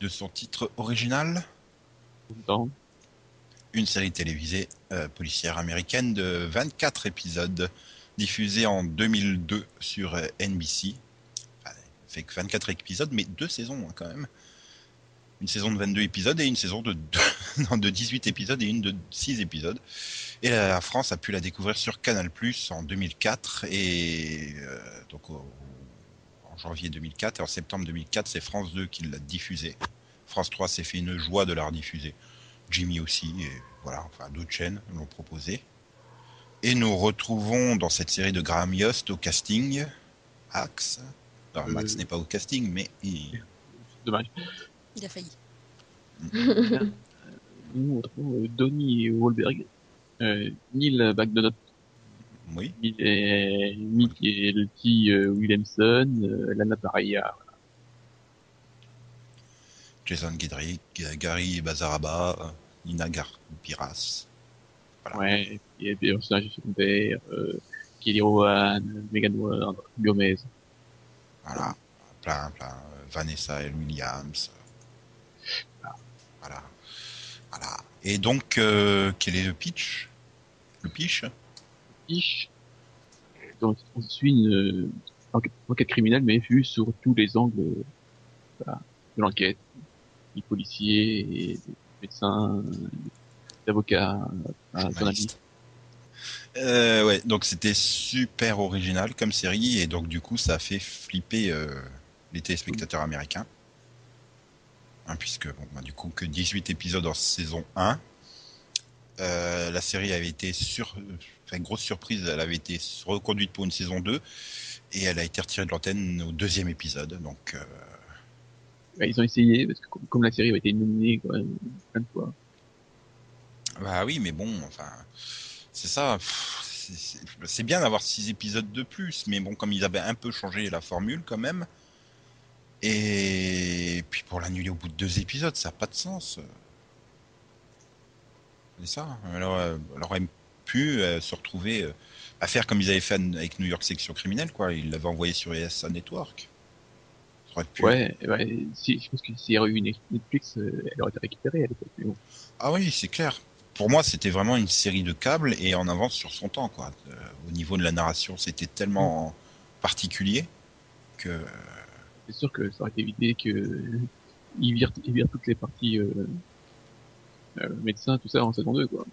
S1: De son titre original
S4: Boomtown.
S1: une série télévisée euh, policière américaine de 24 épisodes, diffusée en 2002 sur euh, NBC. Enfin, elle fait que 24 épisodes, mais deux saisons hein, quand même. Une saison de 22 épisodes et une saison de, deux- <laughs> non, de 18 épisodes et une de 6 épisodes. Et la la France a pu la découvrir sur Canal Plus en 2004 et euh, donc au- en janvier 2004 et en septembre 2004, c'est France 2 qui l'a diffusée. France 3 s'est fait une joie de la rediffuser. Jimmy aussi, et voilà, enfin d'autres chaînes l'ont proposé. Et nous retrouvons dans cette série de Graham Yost au casting Max. Alors, Max
S4: Euh.
S1: n'est pas au casting, mais il-
S4: Dommage.
S5: Il a failli.
S4: Nous, on trouve euh, Donnie et Wahlberg. Euh, Neil McDonough.
S1: Oui.
S4: Mick et, Mick et le petit euh, Williamson. euh, Lana Paraya.
S1: Jason Guidry, Gary Bazaraba, euh, Nina Garpiras.
S4: Ouais. Et des personnages secondaires. Euh, Kelly Rowan, Megan Ward, Gomez.
S1: Voilà. Plein, plein. Euh, Vanessa L. Williams. Voilà. Voilà. Et donc, euh, quel est le pitch Le pitch
S4: Fish. Donc, on suit une euh, enquête, enquête criminelle, mais vue sur tous les angles euh, voilà, de l'enquête. Les policiers, et les médecins, les avocats, un journaliste.
S1: Euh, ouais, donc c'était super original comme série et donc du coup ça a fait flipper euh, les téléspectateurs américains. Hein, puisque bon, bah, du coup que 18 épisodes en saison 1. Euh, la série avait été sur... enfin, grosse surprise, elle avait été reconduite pour une saison 2 et elle a été retirée de l'antenne au deuxième épisode. Donc euh,
S4: Bah, ils ont essayé, parce que com- comme la série avait été nominée quand même, plein de fois.
S1: Bah oui, mais bon, enfin, c'est ça. pff, c'est- c'est- C'est bien d'avoir six épisodes de plus, mais bon, comme ils avaient un peu changé la formule quand même, et puis pour l'annuler au bout de deux épisodes, ça n'a pas de sens. C'est ça. Alors, euh, elle aurait pu euh, se retrouver euh, à faire comme ils avaient fait avec New York Section Criminelle, quoi. Ils l'avaient envoyé sur ESA Network. Ça aurait pu.
S4: Ouais, ouais, si, je pense que s'il y avait eu Netflix, euh, elle aurait été récupérée à l'époque. mais bon.
S1: Ah oui, c'est clair. Pour moi, c'était vraiment une série de câbles et en avance sur son temps, quoi. Euh, au niveau de la narration, c'était tellement particulier que.
S4: C'est sûr que ça aurait été évité que <laughs> euh, ils virent, ils virent toutes les parties euh, euh, médecins, tout ça en saison 2, quoi.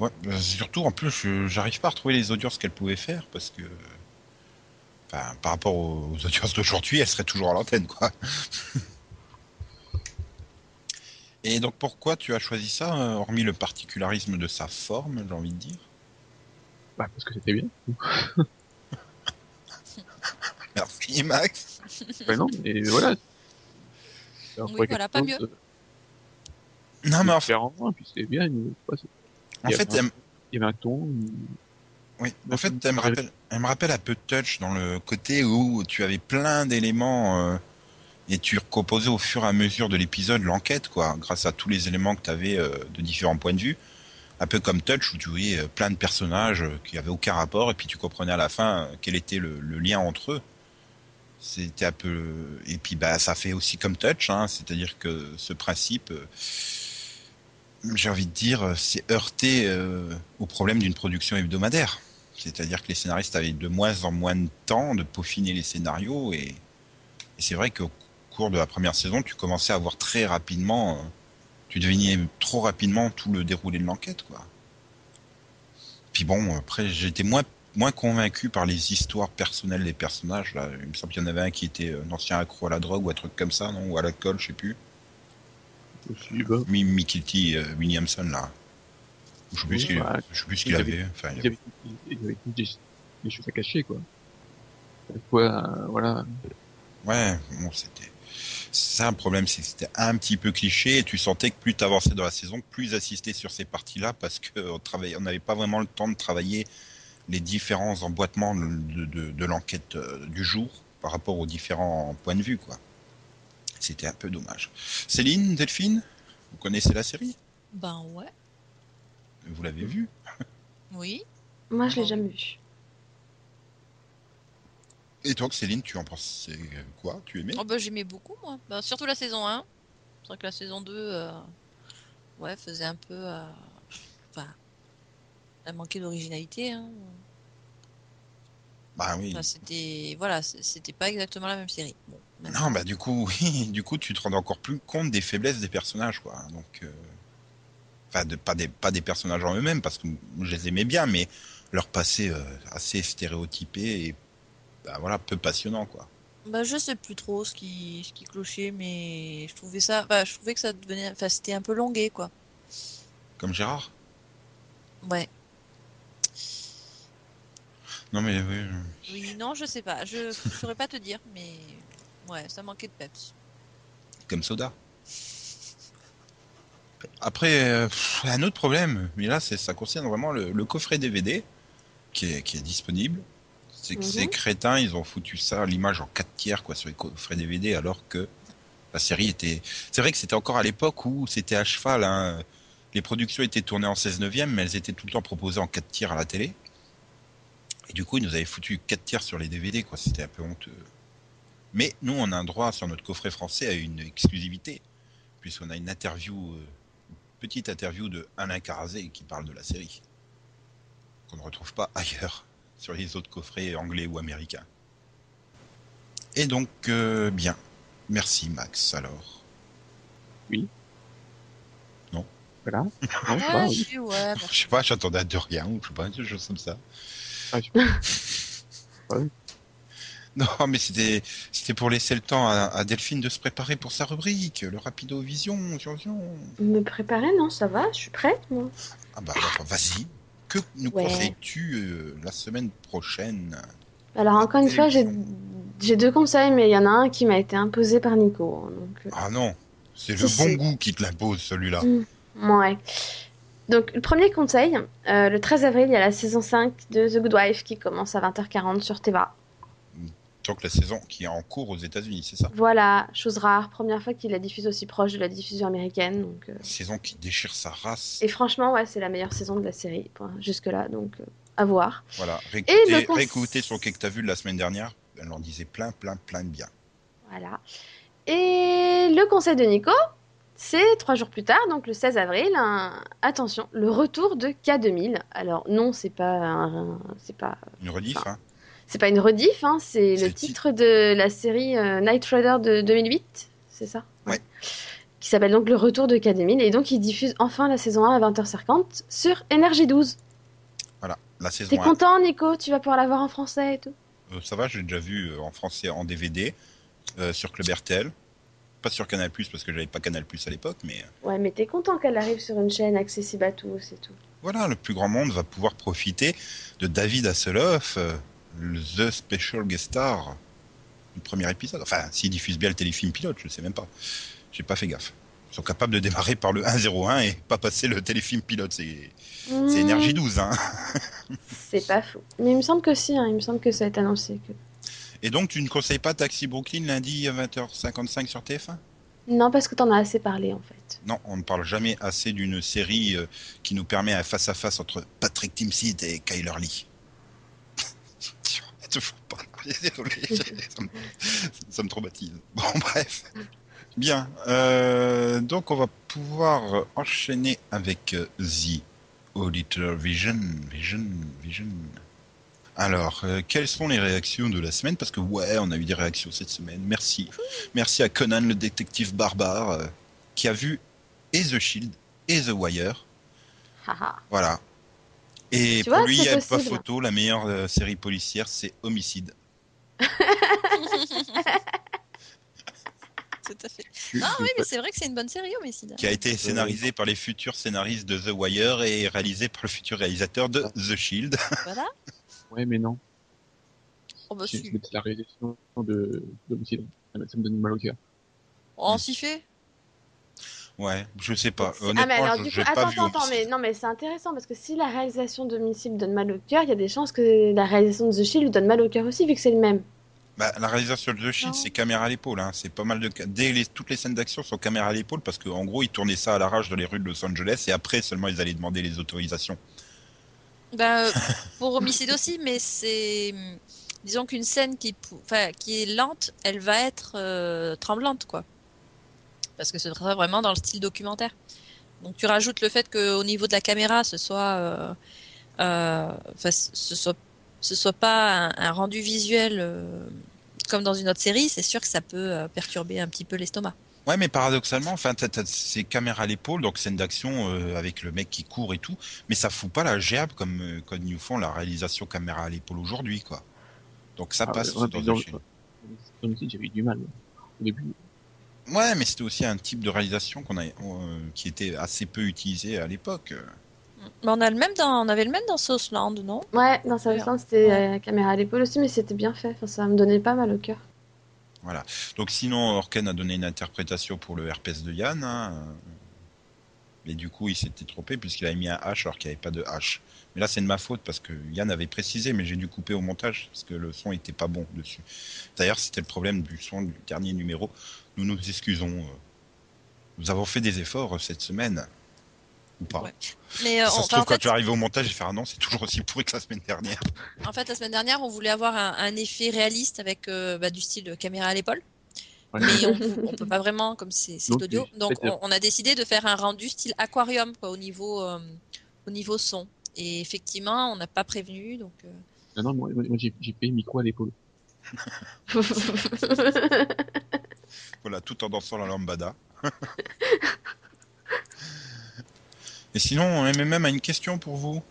S1: Ouais, euh, surtout en plus, je- j'arrive pas à retrouver les audiences qu'elle pouvait faire parce que. Enfin, par rapport aux aux audiences d'aujourd'hui, elle serait toujours à l'antenne, quoi. <laughs> et donc, pourquoi tu as choisi ça, euh, hormis le particularisme de sa forme, j'ai envie de dire
S4: Bah, parce que c'était bien.
S1: Merci, Max.
S4: Ben non, et voilà. Alors,
S5: Oui,
S4: faudrait
S5: voilà,
S4: quelque
S5: pas
S4: chose, euh,
S1: Non, mais en fait,
S4: différent, hein, puis c'était bien. une- je sais pas,
S1: en fait, elle-
S4: Il y avait un ton. une-
S1: Oui, en
S4: Donc,
S1: fait,
S4: une
S1: elle me,
S4: soirée-
S1: rappelle, elle me rappelle un peu Touch dans le côté où tu avais plein d'éléments euh, et tu recomposais au fur et à mesure de l'épisode l'enquête, quoi, grâce à tous les éléments que tu avais euh, de différents points de vue. Un peu comme Touch où tu voyais euh, plein de personnages euh, qui avaient aucun rapport et puis tu comprenais à la fin euh, quel était le, le lien entre eux. C'était un peu. Et puis, bah, ça fait aussi comme Touch, hein, c'est-à-dire que ce principe. euh, j'ai envie de dire, euh, c'est heurté euh, au problème d'une production hebdomadaire. C'est-à-dire que les scénaristes avaient de moins en moins de temps de peaufiner les scénarios et, et c'est vrai qu'au cours de la première saison, tu commençais à voir très rapidement, euh, tu devinais trop rapidement tout le déroulé de l'enquête, quoi. Puis bon, après, j'étais moins moins convaincu par les histoires personnelles des personnages. Là. Il me semble qu'il y en avait un qui était euh, un ancien accro à la drogue ou un truc comme ça, non Ou à l'alcool, je sais plus.
S4: aussi, bah,
S1: Mi Mikitty euh, Williamson, là. Je sais plus
S4: Oui,
S1: ce qu'il
S4: bah,
S1: je sais plus ce qu'il
S4: il
S1: avait.
S4: avait-
S1: Enfin, il
S4: Ils
S1: avait-
S4: avaient, ils avaient tous des, des choses à cacher, quoi. Quoi, euh, voilà.
S1: Ouais, bon, c'était. C'est ça, le problème, c'est que c'était un petit peu cliché et tu sentais que plus t'avançais dans la saison, plus assistais sur ces parties-là parce que euh, on travaillait, on n'avait pas vraiment le temps de travailler les différents emboîtements de, de- de- de l'enquête euh, du jour par rapport aux différents points de vue, quoi. C'était un peu dommage. Céline, Delphine, vous connaissez la série
S5: Ben ouais,
S1: Vous l'avez vue
S5: oui.
S3: Moi, je l'ai jamais vu.
S1: Et toi, Céline, tu en pensais quoi Tu aimais
S5: Oh bah, j'aimais beaucoup moi. Bah, surtout la saison 1. C'est vrai que la saison 2 euh, ouais, faisait un peu euh, enfin, elle manquait d'originalité hein.
S1: Bah oui.
S5: Enfin, c'était voilà, c- c'était pas exactement la même série. Bon, maintenant,
S1: Non, bah du coup, <laughs> oui, du coup, tu te rends encore plus compte des faiblesses des personnages, quoi. Donc, euh, enfin, de, pas des pas des personnages en eux-mêmes, parce que je les aimais bien, mais leur passé euh, assez stéréotypé et bah, voilà, peu passionnant, quoi.
S5: Bah, je sais plus trop ce qui, ce qui clochait, mais je trouvais ça, bah, je trouvais que ça devenait, enfin, c'était un peu longué, quoi.
S1: Comme Gérard.
S5: Ouais.
S1: Non mais oui, je-
S5: Oui, non, je sais pas. Je, je saurais pas te dire, mais ouais, ça manquait de peps.
S1: comme Soda. Après, euh, pff, un autre problème, mais là, c'est- ça concerne vraiment le, le coffret DVD qui est, qui est disponible. C'est que ces
S3: Mhm.
S1: crétins, ils ont foutu ça, l'image en 4 tiers quoi, sur les coffrets DVD, alors que la série était. C'est vrai que c'était encore à l'époque où c'était à cheval. hein. Les productions étaient tournées en 16 neuvième, mais elles étaient tout le temps proposées en 4 tiers à la télé. Et du coup, ils nous avaient foutu 4 tiers sur les DVD, quoi. C'était un peu honteux. Mais nous, on a un droit sur notre coffret français à une exclusivité, puisqu'on a une interview, euh, une petite interview de Alain Carazé qui parle de la série, qu'on ne retrouve pas <laughs> ailleurs sur les autres coffrets anglais ou américains. Et donc, euh, bien. Merci Max, alors.
S4: Voilà. Non, je sais
S5: Ah,
S4: pas.
S5: je- ouais, bah,
S1: <laughs> Je sais pas, j'attendais de rien, ou je sais pas, des choses comme ça. <laughs>
S4: Ah, je sais pas.
S1: Non, mais c'était, c'était pour laisser le temps à, à Delphine de se préparer pour sa rubrique, le Rapido Vision, vision, vision.
S3: Me préparer, non, ça va, je suis prête, moi.
S1: Ah bah alors, vas-y. Que nous
S3: Ouais.
S1: conseilles-tu euh, la semaine prochaine
S3: Alors, encore une fois, j'ai
S1: Télévision.
S3: j'ai deux conseils, mais il y en a un qui m'a été imposé par Nico. hein, Donc, euh,
S1: Ah non, c'est
S3: Si,
S1: le bon
S3: si.
S1: goût qui te l'impose celui-là.
S3: Mm. Ouais. Donc, le premier conseil, euh, le 13 avril, il y a la saison 5 de The Good Wife qui commence à 20h40 sur TVA.
S1: Donc la saison qui est en cours aux États-Unis, c'est ça
S3: Voilà, chose rare, première fois qu'il la diffuse aussi proche de la diffusion américaine. Donc, euh,
S1: Saison qui déchire sa race.
S3: Et franchement, ouais, c'est la meilleure saison de la série, point, jusque-là, donc euh, à voir.
S1: Voilà,
S3: Et
S1: réécoutez,
S3: le cons-
S1: réécoutez son que t'as vu de la semaine dernière. Elle en disait plein, plein, plein de bien.
S3: Voilà. Et le conseil de Nico, c'est trois jours plus tard, donc le 16 avril, un- attention, le retour de K2000. Alors non, c'est pas, un- c'est pas,
S1: Une rediff,
S3: Ah.
S1: hein
S3: c'est pas une rediff, hein, c'est
S1: C'est
S3: le
S1: le titre.
S3: titre de la série euh, Knight Rider de 2008, c'est ça
S1: Ouais.
S3: Qui s'appelle donc le retour de K2000 et donc il diffuse enfin la saison 1 à 20h50 sur NRJ12.
S1: Voilà, la saison
S3: T'es
S1: 1.
S3: content Nico, tu vas pouvoir la voir en français et tout.
S1: Euh, ça va, j'ai déjà vu euh, en français en DVD euh, sur Club RTL. Pas sur Canal Plus parce que j'avais pas Canal Plus à l'époque, mais euh,
S3: Ouais, mais t'es content qu'elle arrive sur une chaîne accessible à tous et tout.
S1: voilà, le plus grand monde va pouvoir profiter de David Hasselhoff, euh, le The Special Guest Star du premier épisode. Enfin, s'ils diffusent bien le téléfilm pilote, je sais même pas. J'ai pas fait gaffe. Ils sont capables de démarrer par le 101 et pas passer le téléfilm pilote. C'est c'est
S3: Mmh,
S1: énergie 12, hein.
S3: C'est pas fou. Mais il me semble que si, hein, il me semble que ça a été annoncé. Que...
S1: Et donc, tu ne conseilles pas Taxi Brooklyn lundi à 20h55 sur TF1
S3: Non, parce que t'en as assez parlé en fait.
S1: Non, on ne parle jamais assez d'une série euh, qui nous permet un face-à-face entre Patrick Timsit et Kyler Lee. <laughs> Je te fous pas. <laughs> Désolé, ça me, ça me traumatise. Bon, <laughs> bref. Bien, euh, donc on va pouvoir enchaîner avec euh, The Auditor Vision. Vision, Vision. Alors, euh, quelles sont les réactions de la semaine Parce que ouais, on a eu des réactions cette semaine. Merci. Merci à Conan le détective barbare. euh, qui a vu et The Shield et The Wire.
S3: Haha.
S1: Voilà. Et
S3: Tu
S1: pour
S3: vois,
S1: lui, il
S3: c'est
S1: n'y a pas
S3: possible.
S1: photo. La meilleure euh, série policière, c'est Homicide.
S5: <laughs> tout à fait.
S4: Je- je-
S5: Non, ah oui, mais c'est vrai que c'est une bonne série, Homicide.
S3: Ah,
S1: Qui a été scénarisée par les futurs scénaristes de The Wire et réalisée par le futur réalisateur de The Shield. <laughs>
S5: Voilà.
S4: Ouais, mais non.
S5: Oh, bah,
S4: Je
S5: si.
S4: je mettais la réalisation de d'Homicide. Ça me ça me donne mal au cœur.
S5: Oh, on s'y fait.
S1: Ouais, je sais pas.
S3: C'est-
S1: Honnêtement,
S3: ah, mais alors
S1: je-
S3: du coup,
S1: j'ai pas
S3: attends,
S1: vu
S3: attends, attends,
S1: Homicide.
S3: mais non, mais c'est intéressant parce que si la réalisation de Missile donne mal au cœur, il y a des chances que la réalisation de The Shield lui donne mal au cœur aussi, vu que c'est le même.
S1: Bah, la réalisation de The Shield,
S5: Non.
S1: c'est caméra à l'épaule. Hein. C'est pas mal de. ca- Dès les... Toutes les scènes d'action sont caméra à l'épaule parce qu'en gros, ils tournaient ça à l'arrache dans les rues de Los Angeles et après seulement ils allaient demander les autorisations.
S5: Ben, euh, pour Homicide aussi, mais c'est. hum, Disons qu'une scène qui, pou- enfin, qui est lente, elle va être euh, tremblante, quoi. Parce que ce sera vraiment dans le style documentaire. Donc tu rajoutes le fait qu'au niveau de la caméra, ce soit. euh, euh, enfin, ce- ce soit, ce soit pas un, un rendu visuel euh, comme dans une autre série, c'est sûr que ça peut euh, perturber un petit peu l'estomac.
S1: Ouais, mais paradoxalement, enfin, t'as, t'as ces caméras à l'épaule, donc scène d'action euh, avec le mec qui court et tout, mais ça fout pas la gerbe comme euh, comme nous font la réalisation caméra à l'épaule aujourd'hui, quoi. Donc ça
S4: Ah,
S1: passe
S4: ouais,
S1: dans
S4: ouais,
S1: le
S4: dans-
S1: film.
S4: dans Homicide, j'avais eu du mal. Au début,
S1: Ouais, mais c'était aussi un type de réalisation qu'on a, euh, qui était assez peu utilisé à l'époque.
S5: Mais on, a le même dans, on avait le même dans Southland, non
S3: <laughs> Ouais, dans sa Land, c'était euh, caméra à l'épaule aussi, mais c'était bien fait. Enfin, ça me donnait pas mal au cœur.
S1: Voilà. Donc sinon, Orken a donné une interprétation pour le herpès de Yann. hein. Mais du coup, il s'était trompé puisqu'il avait mis un H alors qu'il n'y avait pas de H. Mais là, c'est de ma faute parce que Yann avait précisé, mais j'ai dû couper au montage parce que le son n'était pas bon dessus. D'ailleurs, c'était le problème du son du dernier numéro. Nous nous excusons. euh. Nous avons fait des efforts euh, cette semaine. Ou pas.
S5: Ouais. Mais euh,
S1: Ça
S5: on-
S1: se
S5: enfin,
S1: trouve,
S5: en
S1: quand
S5: fait,
S1: tu vas arriver au montage, je vais faire ah non, c'est toujours aussi pourri que la semaine dernière.
S5: En fait, la semaine dernière, on voulait avoir un, un effet réaliste avec euh, bah, du style caméra à l'épaule.
S4: Ouais.
S5: Mais on, on peut pas vraiment, comme c'est c'est de
S4: Donc,
S5: l'audio.
S4: tu-
S5: Donc,
S4: c'est-
S5: on, on a décidé de faire un rendu style aquarium quoi, au niveau euh, au niveau son. Et effectivement, on n'a pas prévenu. Donc, euh,
S4: Non, non, moi, moi, j'ai j'ai payé Miko à l'épaule.
S1: Voilà, tout en dansant la lambada. <laughs> Et sinon, MMM a une question pour vous.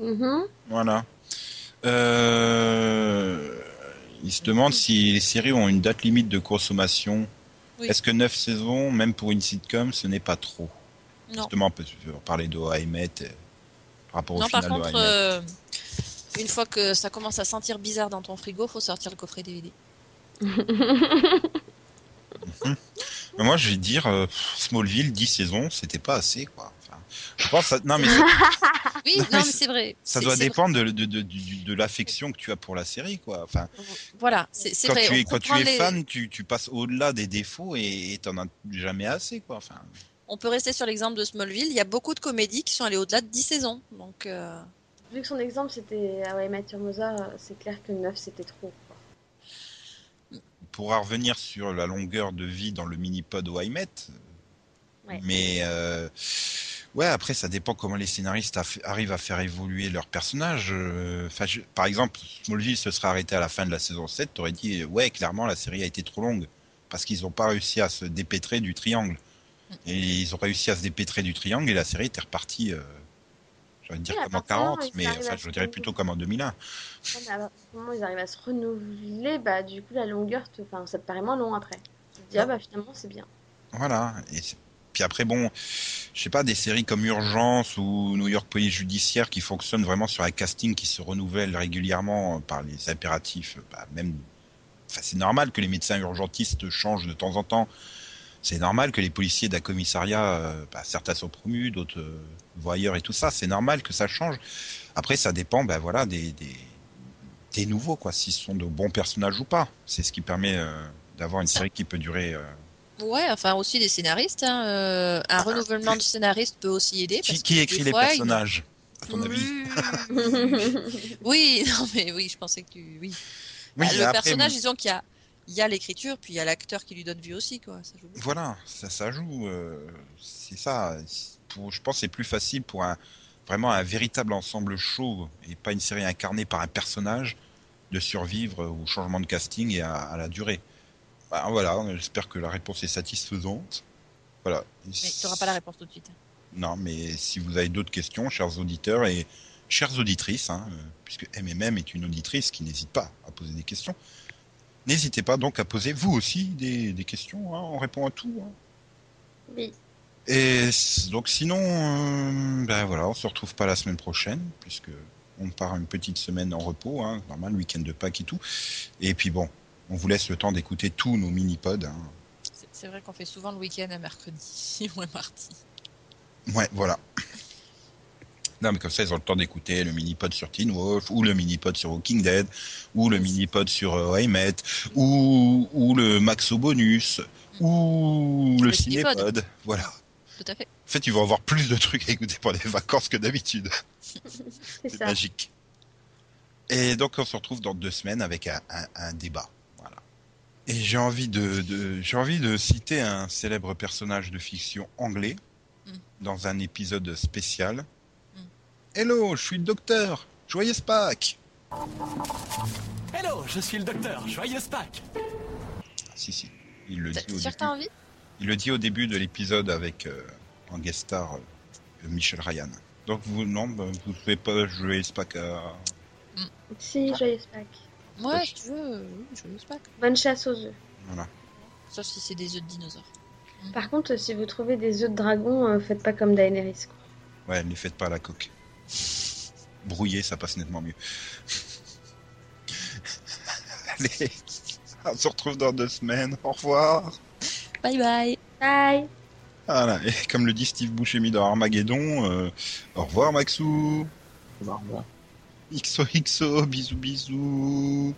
S3: Mhm.
S1: Voilà. Euh, Il se demande si les séries ont une date limite de consommation.
S5: Oui.
S1: Est-ce que 9 saisons, même pour une sitcom, ce n'est pas trop
S5: non.
S1: Justement, on peut on peut parler d'Oa Emmet euh, par rapport au
S5: Non, par
S1: final d'Oa
S5: contre,
S1: Emmet.
S5: euh, une fois que ça commence à sentir bizarre dans ton frigo, faut sortir le coffret DVD.
S1: Mais Moi, je vais dire, euh, pff, Smallville, 10 saisons, c'était pas assez, quoi. Enfin, je pense, à- non, mais ça,
S5: Oui,
S1: Non,
S5: non,
S1: mais
S5: mais c'est vrai.
S1: ça
S5: C'est-
S1: doit
S5: c'est-
S1: dépendre de, de, de, du- de l'affection que tu as pour la série, quoi. Enfin,
S5: Voilà, c'est c'est
S1: quand
S5: vrai.
S1: tu
S5: on
S1: es, quand tu
S5: comprend
S1: es
S5: les-
S1: fan, tu, tu passes au-delà des défauts et et t'en as jamais assez, quoi. Enfin,
S5: On peut rester sur l'exemple de Smallville. Il y a beaucoup de comédies qui sont allées au-delà de 10 saisons. Donc, euh,
S3: Vu que son exemple c'était ah ouais, Mathieu Mozart, euh, c'est clair que 9 c'était trop. quoi.
S1: pourra revenir sur la longueur de vie dans le mini-pod au iMet.
S3: Ouais.
S1: Mais euh, ouais, après ça dépend comment les scénaristes aff- arrivent à faire évoluer leurs personnages. Euh, 'fin, je- par exemple, Smallville se serait arrêté à la fin de la saison 7, t'aurais dit euh, ouais, clairement la série a été trop longue parce qu'ils n'ont pas réussi à se dépêtrer du triangle. Et ils ont réussi à se dépêtrer du triangle et la série était repartie. Euh, J'allais dire
S3: Oui, à
S1: comme en
S3: partir de là,
S1: 40,
S3: ils
S1: mais
S3: arrivent
S1: enfin,
S3: à
S1: je
S3: se
S1: dirais
S3: renouveler.
S1: plutôt comme en 2001.
S3: Ouais, Ah, mais alors, comment ils arrivent à se renouveler Bah, du coup, la longueur, te- enfin, ça te paraît moins long après. Tu te dis, ah bah finalement, c'est bien.
S1: Voilà. Et c'est- puis après, bon, je sais pas, des séries comme Urgence ou New York Police Judiciaire qui fonctionnent vraiment sur un casting qui se renouvelle régulièrement euh, par les impératifs. euh, bah, même, enfin, c'est normal que les médecins urgentistes changent de temps en temps. C'est normal que les policiers d'un commissariat, euh, bah, certains sont promus, d'autres euh, voyeurs et tout ça. C'est normal que ça change. Après, ça dépend, ben voilà, des, des, des nouveaux, quoi, s'ils sont de bons personnages ou pas. C'est ce qui permet euh, d'avoir une série qui peut durer. euh,
S5: ouais, enfin aussi des scénaristes. hein, euh, un
S1: Ah,
S5: renouvellement du scénariste peut aussi aider.
S1: Qui,
S5: parce
S1: qui
S5: que
S1: écrit
S5: des
S1: les
S5: fois, il-
S1: personnages À ton avis
S5: Mmh. Oui, <laughs> non, mais oui, je pensais que tu. Oui. Bah,
S1: mais
S5: le
S1: après,
S5: personnage, disons qu'il y a. Il y a l'écriture, puis il y a l'acteur qui lui donne vue aussi, quoi. Ça joue beaucoup.
S1: Voilà, ça, ça joue. euh, c'est ça. C'est pour- je pense que c'est plus facile pour un vraiment un véritable ensemble show et pas une série incarnée par un personnage de survivre au changement de casting et à, à la durée. Bah, voilà, j'espère que la réponse est satisfaisante. Voilà.
S5: Mais tu n'auras pas la réponse tout de suite.
S1: Non, mais si vous avez d'autres questions, chers auditeurs et chères auditrices, hein, euh, puisque MMM est une auditrice qui n'hésite pas à poser des questions, n'hésitez pas donc à poser vous aussi des, des questions, hein, on répond à tout. hein.
S3: Oui.
S1: Et s- donc sinon, euh, ben voilà, on se retrouve pas la semaine prochaine, puisque on part une petite semaine en repos, hein, normal, week-end de Pâques et tout. Et puis bon, on vous laisse le temps d'écouter tous nos mini-pods. hein.
S5: C'est- C'est vrai qu'on fait souvent le week-end à mercredi <laughs> ou à mardi.
S1: Ouais, voilà. Non, mais comme ça, ils ont le temps d'écouter le mini-pod sur Teen Wolf, ou le mini-pod sur Walking Dead, ou le mini-pod sur euh, I Met, ou, ou le Maxo Bonus, ou le,
S5: Le
S1: Cinépod.
S5: cinépod.
S1: Voilà.
S5: Tout à fait.
S1: En fait, ils vont avoir plus de trucs à écouter pour les vacances que d'habitude.
S3: C'est
S1: C'est
S3: ça.
S1: magique. Et donc, on se retrouve dans deux semaines avec un, un- un débat. Voilà. Et j'ai envie de, de- j'ai envie de citer un célèbre personnage de fiction anglais
S5: Mm.
S1: dans un épisode spécial.
S5: Mm.
S1: Hello, je suis le docteur. Joyeuse Pâques.
S7: Hello, je suis le docteur, joyeuse Pâques
S1: Ah, si, si. Il le,
S5: T'as-
S1: dit au
S5: T'es sûr que
S1: début,
S5: t'as envie
S1: il le dit au début de l'épisode avec euh, en guest star euh, Michel Ryan. Donc, vous, non, ben, vous ne pouvez pas Joyeuse Pâques à.
S3: Si, joyeuse Pâques.
S1: Bah,
S5: Ouais, si tu veux, euh, oui, je sais pas.
S3: Bonne chasse aux œufs.
S1: Voilà.
S5: Sauf si c'est des œufs de dinosaures.
S3: Par contre, si vous trouvez des œufs de dragon, euh, faites pas comme Daenerys. quoi.
S1: Ouais, ne les faites pas à la coque. Brouillé, ça passe nettement mieux. <laughs> Allez, On se retrouve dans deux semaines. Au revoir.
S5: Bye bye.
S3: Bye.
S1: Voilà. Et comme le dit Steve Buscemi dans Armageddon, euh, au revoir Maxou.
S4: Au revoir.
S1: XOXO, bisous bisous.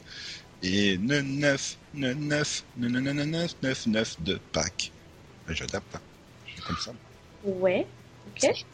S1: Et 9 9 9 9 9 9 9 9 de Pâques. J'adapte. hein. Je suis comme ça.
S3: Ouais. Ok.